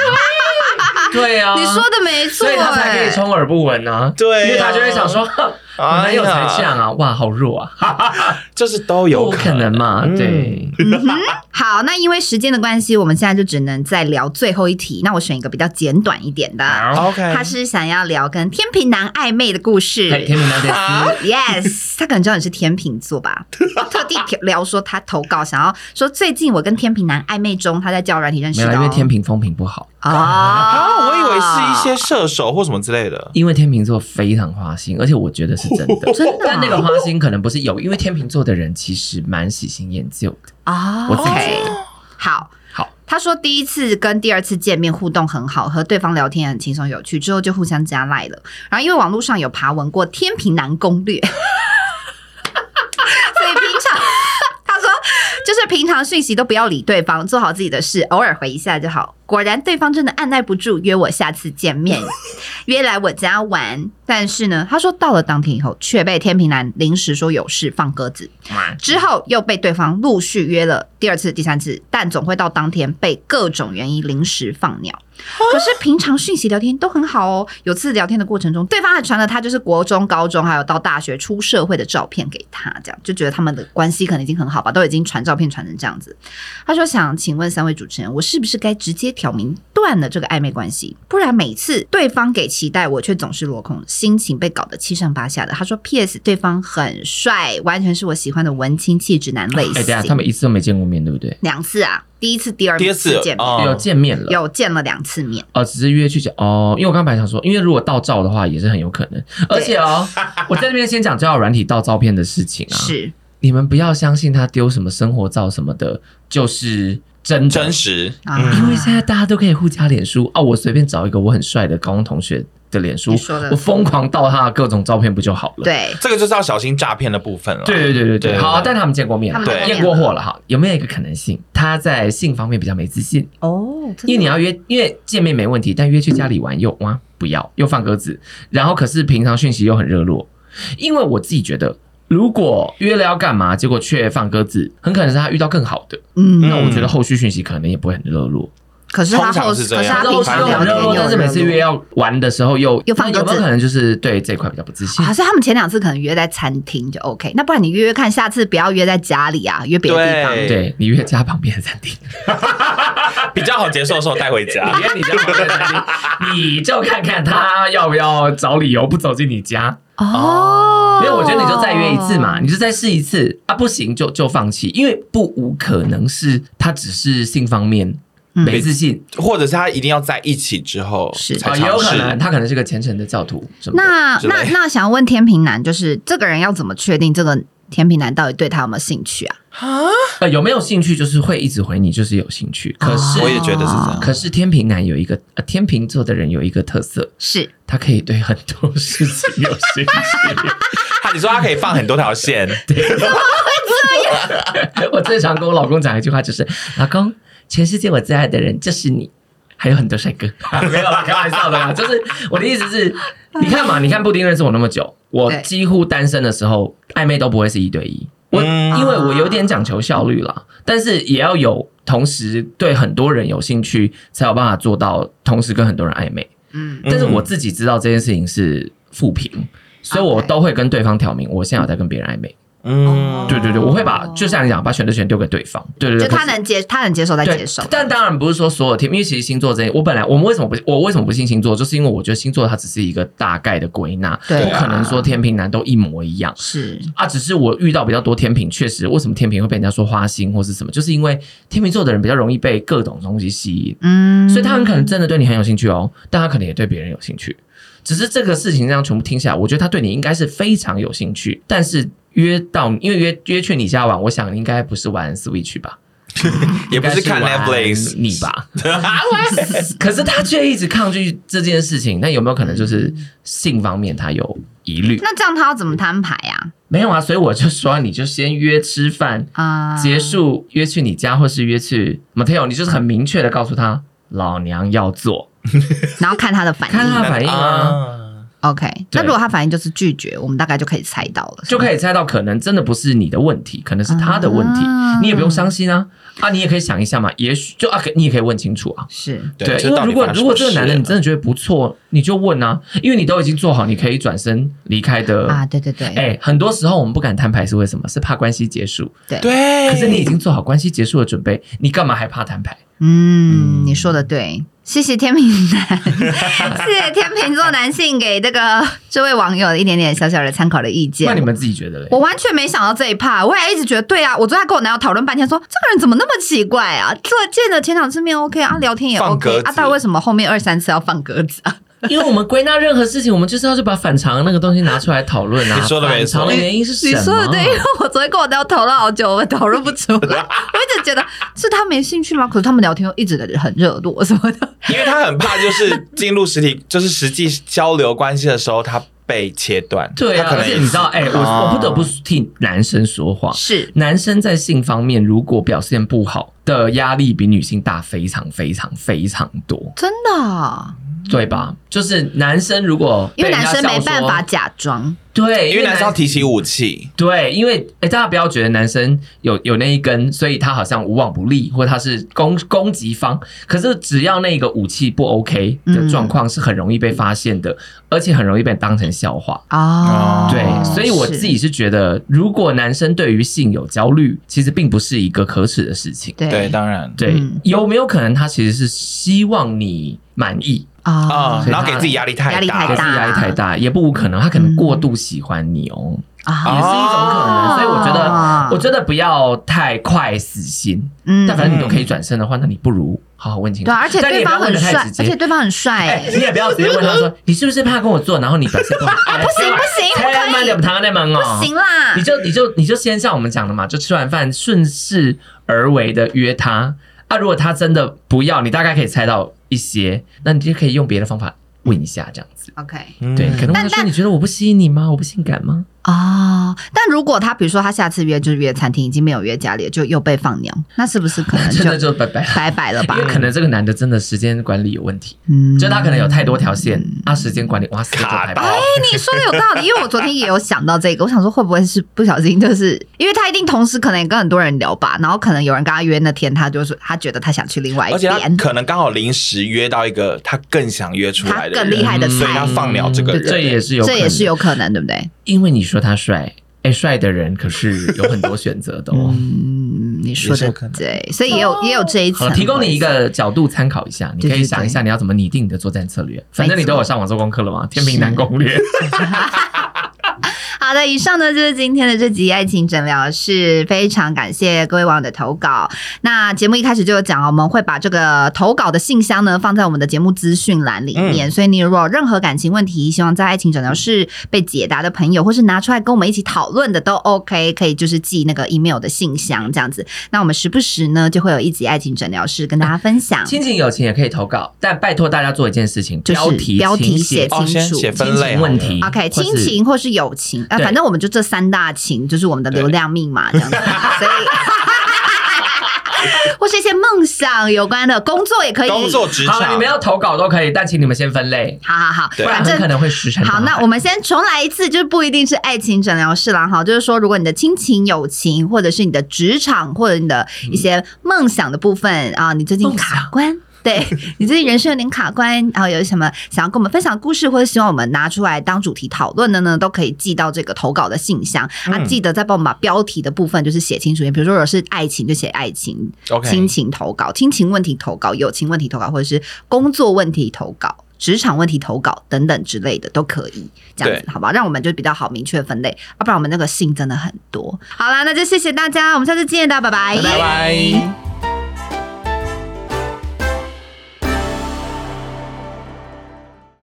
S1: 对啊，
S2: 你说的没错、
S1: 所以他才可以
S2: 哎
S1: 充耳不闻啊。
S3: 对啊
S1: 因为他就会想说，哼我
S3: [laughs] 哎
S1: 男
S3: 呀
S1: 友才这样啊，哇，好弱啊，
S3: 就是都有
S1: 不可能嘛，
S3: 嗯
S1: 对，
S2: 好，那因为时间的关系，我们现在就只能再聊最后一题。那我选一个比较简短一点的，
S3: OK，
S2: 他是想要聊跟天平男暧昧的故事。
S1: 哎天秤男得斯，
S2: [laughs] Yes，他可能知道你是天秤座 [laughs] 吧，特地聊说他投稿想要说最近我跟天秤男暧昧中，他在交友软体认识
S1: 没有
S2: 的、哦
S1: 啦，因为天平风评不好， [laughs]
S2: 哦
S3: 啊，我以为是一些射手或什么之类的。
S1: 因为天秤座非常花心，而且我觉得是真
S3: [laughs]
S1: 的，
S2: 真的啊
S1: 但那个花心可能不是有，因为天秤座的人其实蛮喜新厌旧的，
S2: 哦
S1: 我自己
S2: OK，好。
S1: 好，
S2: 他说第一次跟第二次见面互动很好，和对方聊天也很轻松有趣，之后就互相加赖了。然后因为网络上有爬文过《天平男攻略》， [laughs] 所以平常他说就是平常讯息都不要理对方，做好自己的事，偶尔回一下就好。果然对方真的按耐不住，约我下次见面，
S1: [laughs]
S2: 约来我家玩。但是呢，他说到了当天以后，却被天平男临时说有事放鸽子，之后又被对方陆续约了第二次、第三次，但总会到当天被各种原因临时放鸟。可是平常讯息聊天都很好哦。有次聊天的过程中，对方还传了他就是国中、高中，还有到大学出社会的照片给他，这样就觉得他们的关系可能已经很好吧，都已经传照片传成这样子。他说：“想请问三位主持人，我是不是该直接挑明断了这个暧昧关系？不然每次对方给期待，我却总是落空，心情被搞得七上八下的。”他说：“P.S. 对方很帅，完全是我喜欢的文青气质男类
S1: 哎、等一下他
S2: 型。
S1: 们一次都没见过面，对不对？
S2: 两次啊，第一次、第二
S3: 第二
S2: 次
S3: 次
S2: 见面，
S3: 哦
S1: 有见面了，
S2: 有见了两次面。
S1: 哦，只是约去讲哦，因为我刚才本来想说，因为如果盗照的话也是很有可能，而且哦，我在这边先讲交友软体盗照片的事情啊，
S2: 是
S1: 你们不要相信他丢什么生活照什么的，就是真的
S3: 真。实，
S2: 啊，
S1: 因为现在大家都可以互加脸书哦，我随便找一个我很帅的高中同学的脸书
S2: 你说的，
S1: 我疯狂盗他的各种照片不就好了？
S2: 对
S3: 这个就是要小心诈骗的部分了。
S1: 对对对对对，
S3: 对
S1: 好，
S3: 对
S1: 但他们见过面
S2: 他
S1: 了，
S2: 们
S3: 对
S1: 验
S2: 见
S1: 过
S2: 过面
S1: 货了哈，有没有一个可能性，他在性方面比较没自信？
S2: 哦，
S1: 因为你
S2: 要
S1: 要约，因为见面没问题，但约去家里玩又哇不要，又放鸽子，然后可是平常讯息又很热络，因为我自己觉得。如果约了要干嘛，结果却放鸽子，很可能是他遇到更好的。
S2: 嗯，
S1: 那我觉得后续讯息可能也不会很热络。
S2: 可是他
S3: 通常
S2: 后，
S3: 是这
S2: 可是
S3: 样
S2: 他平
S3: 后
S1: 后
S3: 续
S2: 常
S3: 又
S2: 聊
S3: 很热
S2: 天
S3: 络
S2: 有
S1: 但是每次
S2: [laughs]
S1: 约哦要玩的时候又
S2: 又放鸽子啊
S1: 那有没有可能就是对这一块比较不自信
S2: 还？是他们前两次可能约在餐厅就 OK，那不然你约约看，下次不要约在家里啊，约别的地方。
S3: 对
S1: 对你约家旁边的餐厅，
S3: 比较好接受的时候带回家
S1: [laughs] 你。约你家旁边的餐厅，你就看看他要不要找理由不走进你家。
S2: 哦，
S1: 没有，我觉得你就再约一次嘛，你就再试一次啊，不行就就放弃，因为不无可能是他只是性方面
S2: 嗯
S1: 没自信
S3: 或者是他一定要在一起之后
S2: 是
S3: 才
S1: 啊，也有
S3: 尝
S1: 可能
S3: 试，
S1: 他可能是个虔诚的教徒什么的。
S2: 那
S3: 之类
S2: 那那想问天平男，就是这个人要怎么确定这个天平男到底对他有没有兴趣啊？
S1: 呃，有没有兴趣就是会一直回你，就是有兴趣。
S2: 哦
S1: 可是
S3: 哦我也觉得是
S2: 啊
S3: 这样
S1: 可是天平男有一个呃，天平座的人有一个特色，
S2: 是
S1: 他可以对很多事情有兴趣。 [laughs]
S3: 他你说他可以放很多条线，
S1: 我最常跟我老公讲一句话就是：“老公，全世界我最爱的人就是你，还有很多帅哥。 [laughs] 没有啦，开玩笑的啦。就是我的意思是，你看嘛，你看布丁认识我那么久，我
S2: 对
S1: 几乎单身的时候暧昧都不会是一对一，我、
S3: 嗯
S1: 因为我有点讲求效率啦，但是也要有同时对很多人有兴趣，才有办法做到同时跟很多人暧昧。
S2: 嗯
S1: 但是我自己知道这件事情是负评。所以，我
S2: OK
S1: 都会跟对方挑明，我现在有在跟别人暧昧。
S3: 嗯
S1: 对对对，
S2: 哦
S1: 我会把，就像你讲，把选择权丢给对方。对对
S2: 就
S1: 对，
S2: 他
S1: 可是
S2: 能接他能接受再
S1: 对，
S2: 接受，
S1: 但当然不是说所有天，因为其实星座这，我本来我们为什么不我为什么不信星座，就是因为我觉得星座它只是一个大概的归纳，
S2: 对啊
S1: 不可能说天平男都一模一样。
S2: 是
S1: 啊，只是我遇到比较多天平，确实，为什么天平会被人家说花心或是什么，就是因为天平座的人比较容易被各种东西吸引，
S2: 嗯，
S1: 所以他很可能真的对你很有兴趣哦，但他可能也对别人有兴趣。只是这个事情这样全部听下来，我觉得他对你应该是非常有兴趣，但是约到因为约约去你家玩，我想应该不是玩 Switch 吧，
S3: 也不是看
S1: 应该
S3: Netflix
S1: 玩你
S2: [laughs]
S1: 吧？可是他却一直抗拒这件事情，那有没有可能就是性方面他有疑虑？
S2: 那这样他要怎么摊牌呀？
S1: 没有啊，所以我就说你就先约吃饭，
S2: 啊，
S1: 结束约去你家，或是约去 Mateo，你就是很明确的告诉他，老娘要做，
S2: 然后看他的反
S1: 看他
S2: 应。
S1: 的反应啊。
S3: 啊，
S2: OK，那
S1: 对
S2: 如果他反应就是拒绝，我们大概就可以猜到了，
S1: 就可以猜到，可能真的不是你的问题，可能是他的问题，
S2: 啊
S1: 你也不用伤心啊啊！你也可以想一下嘛，也许就啊，可你也可以问清楚啊。
S2: 是
S1: 对，
S3: 就
S1: 因
S3: 是
S1: 为
S3: 到底
S1: 如果
S3: 发生
S1: 如果这个
S3: 什么
S1: 男的
S3: 事
S1: 你真的觉得不错，你就问啊，因为你都已经做好你可以转身离开的。
S2: 啊，对对对，
S1: 哎、很多时候我们不敢摊牌是为什么？是怕关系结束。
S3: 对，
S1: 可是你已经做好关系结束的准备，你干嘛还怕摊牌？
S2: 嗯，你说的对，谢谢天秤男， [laughs] 谢谢天秤座男性给这个这位网友一点点小小的参考的意
S1: 那你
S2: 见。
S1: 们自己觉得嘞？
S2: 我完全没想到这一趴，我也一直觉得对啊。我昨天还跟我男友讨论半天说，这个人怎么那么奇怪啊？这见了前两次面 OK 啊，聊天也
S3: 放
S2: OK
S3: 鸽子
S2: 啊，到底为什么后面二三次要放鸽子啊？
S1: 因为我们归纳任何事情，我们就是要去把反常那个东西拿出来讨论啊。
S3: 你说得没错
S1: 反常的原因是什
S2: 你
S1: 么？
S2: 说的对，因为我昨天跟我男友讨论好久，我们讨论不出来。我一直觉得是他没兴趣吗？可是他们聊天又一直很热络什么的。
S3: 因为他很怕就是进入实体，就是实际交流关系的时候，他被切断。
S1: 对
S3: 他
S1: 啊，
S3: 可
S1: 而
S3: 能
S1: 且你知道，哎、我、
S3: 哦
S1: 我不得不替男生说话，
S2: 是，
S1: 男生在性方面如果表现不好的压力比女性大非常非常非常多，
S2: 真的啊、
S1: 对吧？就是男生如果
S2: 因为
S1: 被人
S2: 男
S1: 家
S2: 生没
S1: 笑说
S2: 办法，假装。
S1: 对，
S3: 因为男生要提起武器，
S1: 对，因为哎、诶大家不要觉得男生有有那一根，所以他好像无往不利，或他是攻攻击方。可是只要那个武器不 OK
S2: 嗯
S1: 的状况，是很容易被发现的，而且很容易被当成笑话。
S2: 哦，
S1: 对，
S3: 哦
S1: 所以我自己
S2: 是
S1: 是觉得，如果男生对于性有焦虑，其实并不是一个可耻的事情。
S2: 对
S3: 对，当然
S1: 对，
S2: 嗯
S1: 有没有可能他其实是希望你满意，
S3: 啊
S2: 啊，
S1: 所以
S3: 然后
S1: 他
S3: 给自己压力
S2: 压
S3: 太
S2: 力太
S1: 可
S3: 大
S1: 是。压力太大，也不无可能，他可能过度喜欢你哦，也是
S2: 啊，
S1: 一种可能。
S2: 哦
S1: 所以我觉得，我觉得不要太快死心。
S2: 嗯
S1: 但反正你都可以转身的话，那你不如好好问清楚。
S2: 对啊，而且
S1: 但你
S2: 对
S1: 也不要
S2: 方很
S1: 问得
S2: 帅
S1: 太直，接
S2: 而且对方很帅、
S1: 哎
S2: 欸，
S1: 你也不要直接问他说，你是不是怕跟我做，然后你表
S2: [laughs]
S1: 现不好？哎
S2: 啊不行不行不可以
S1: 千万不要谈那门哦，
S2: 不行啦
S1: 你，就你就你就先像我们讲的嘛，就吃完饭顺势而为的约他。啊，如果他真的不要，你大概可以猜到一些，那你就可以用别的方法问一下，这样子。
S2: OK
S3: 嗯
S1: 对，可能
S2: 但
S1: 会说
S2: 但
S1: 你觉得我不吸引你吗？我不性感吗？
S2: 哦。但如果他比如说他下次约就是约餐厅，已经没有约家里了，就又被放鸟，那是不是可
S1: [laughs]
S2: 能
S1: 真的
S2: 就
S1: 就拜拜了。
S2: 拜拜了吧
S1: [laughs] 因为？可能这个男的真的时间管理有问题，
S2: 嗯，
S1: 就他可能有太多条线，他时间管理哇死了就
S3: 嗯卡
S1: 拜
S3: 到
S1: 拜。
S2: [laughs] 你说的有道理，因为我昨天也有想到这个，我想说会不会是不小心，就是因为他一定同时可能也跟很多人聊吧，然后可能有人跟他约那天，他就是他觉得他想去另外一
S3: 而且他
S2: 边，
S3: 可能刚好临时约到一个他更想约出来的
S2: 他更
S3: 人，
S2: 厉害的
S3: 所以
S2: 菜嗯
S3: 他放鸟这个
S1: 嗯这
S3: 人。
S1: 也是有，
S2: 这也是，有可能，对不对？
S1: 因为你说他帅，哎，帅的人可是有很多选择的哦。
S2: 嗯，你说
S3: 也是有
S2: 的
S3: 可能
S2: 对，所以也有也有这一
S1: 好
S2: 层
S1: 了，
S2: 会，
S1: 提供你一个角度参考一下，你
S2: 对
S1: 可以
S2: 对
S1: 想一
S2: 对
S1: 下你要怎么拟定你的作战策略。反正你都有上网做功课了嘛，《天平男攻略》
S2: 好的，以上呢就是今天的这集爱情诊疗室，非常感谢各位网友的投稿。那节目一开始就有讲哦，我们会把这个投稿的信箱呢放在我们的节目资讯栏里面，所以你如果有任何感情问题，希望在爱情诊疗室被解答的朋友，或是拿出来跟我们一起讨论的都 OK，可以就是寄那个 email 的信箱这样子。那我们时不时呢就会有一集爱情诊疗室跟大家分享，
S1: 亲情友情也可以投稿，但拜托大家做一件事情，
S2: 就是
S1: 题标
S2: 标题
S1: 写
S2: 清
S3: 哦，先
S2: 楚
S3: 写分
S1: 亲情
S3: 类好了
S1: 问题。
S2: OK，
S1: 或是
S2: 亲情或是友情，啊，
S1: 对
S2: 反正我们就这三大情，就是我们的流量密码这样子，所以 [laughs] 或是一些梦想有关的工作也可以。
S3: 工作职
S1: 好了，
S3: 场
S1: 你们要投稿都可以，但请你们先分类，
S2: 好好好，
S3: 对
S1: 不然
S2: 反
S1: 很可
S2: 正。
S1: 能会石沉大海。
S2: 好，那我们先重来一次，就是不一定是爱情诊疗室啦，哈，就是说，如果你的亲情、友情，或者是你的职场，或者你的一些梦想的部分啊，你最近
S1: 梦想
S2: 卡关， [laughs] 对你最近人生有点卡关，然后有什么想要跟我们分享的故事，或者希望我们拿出来当主题讨论的呢，都可以寄到这个投稿的信箱啊，
S3: 嗯
S2: 记得再帮我们把标题的部分就是写清楚一点，比如说，如果是爱情就写爱情，
S3: OK
S2: 亲情投稿、亲情问题投稿、友情问题投稿，或者是工作问题投稿、职场问题投稿等等之类的都可以，这样子好吧？让我们就比较好明确分类，啊要、不然我们那个信真的很多。好啦，那就谢谢大家，我们下次见，大家拜拜
S3: 拜拜。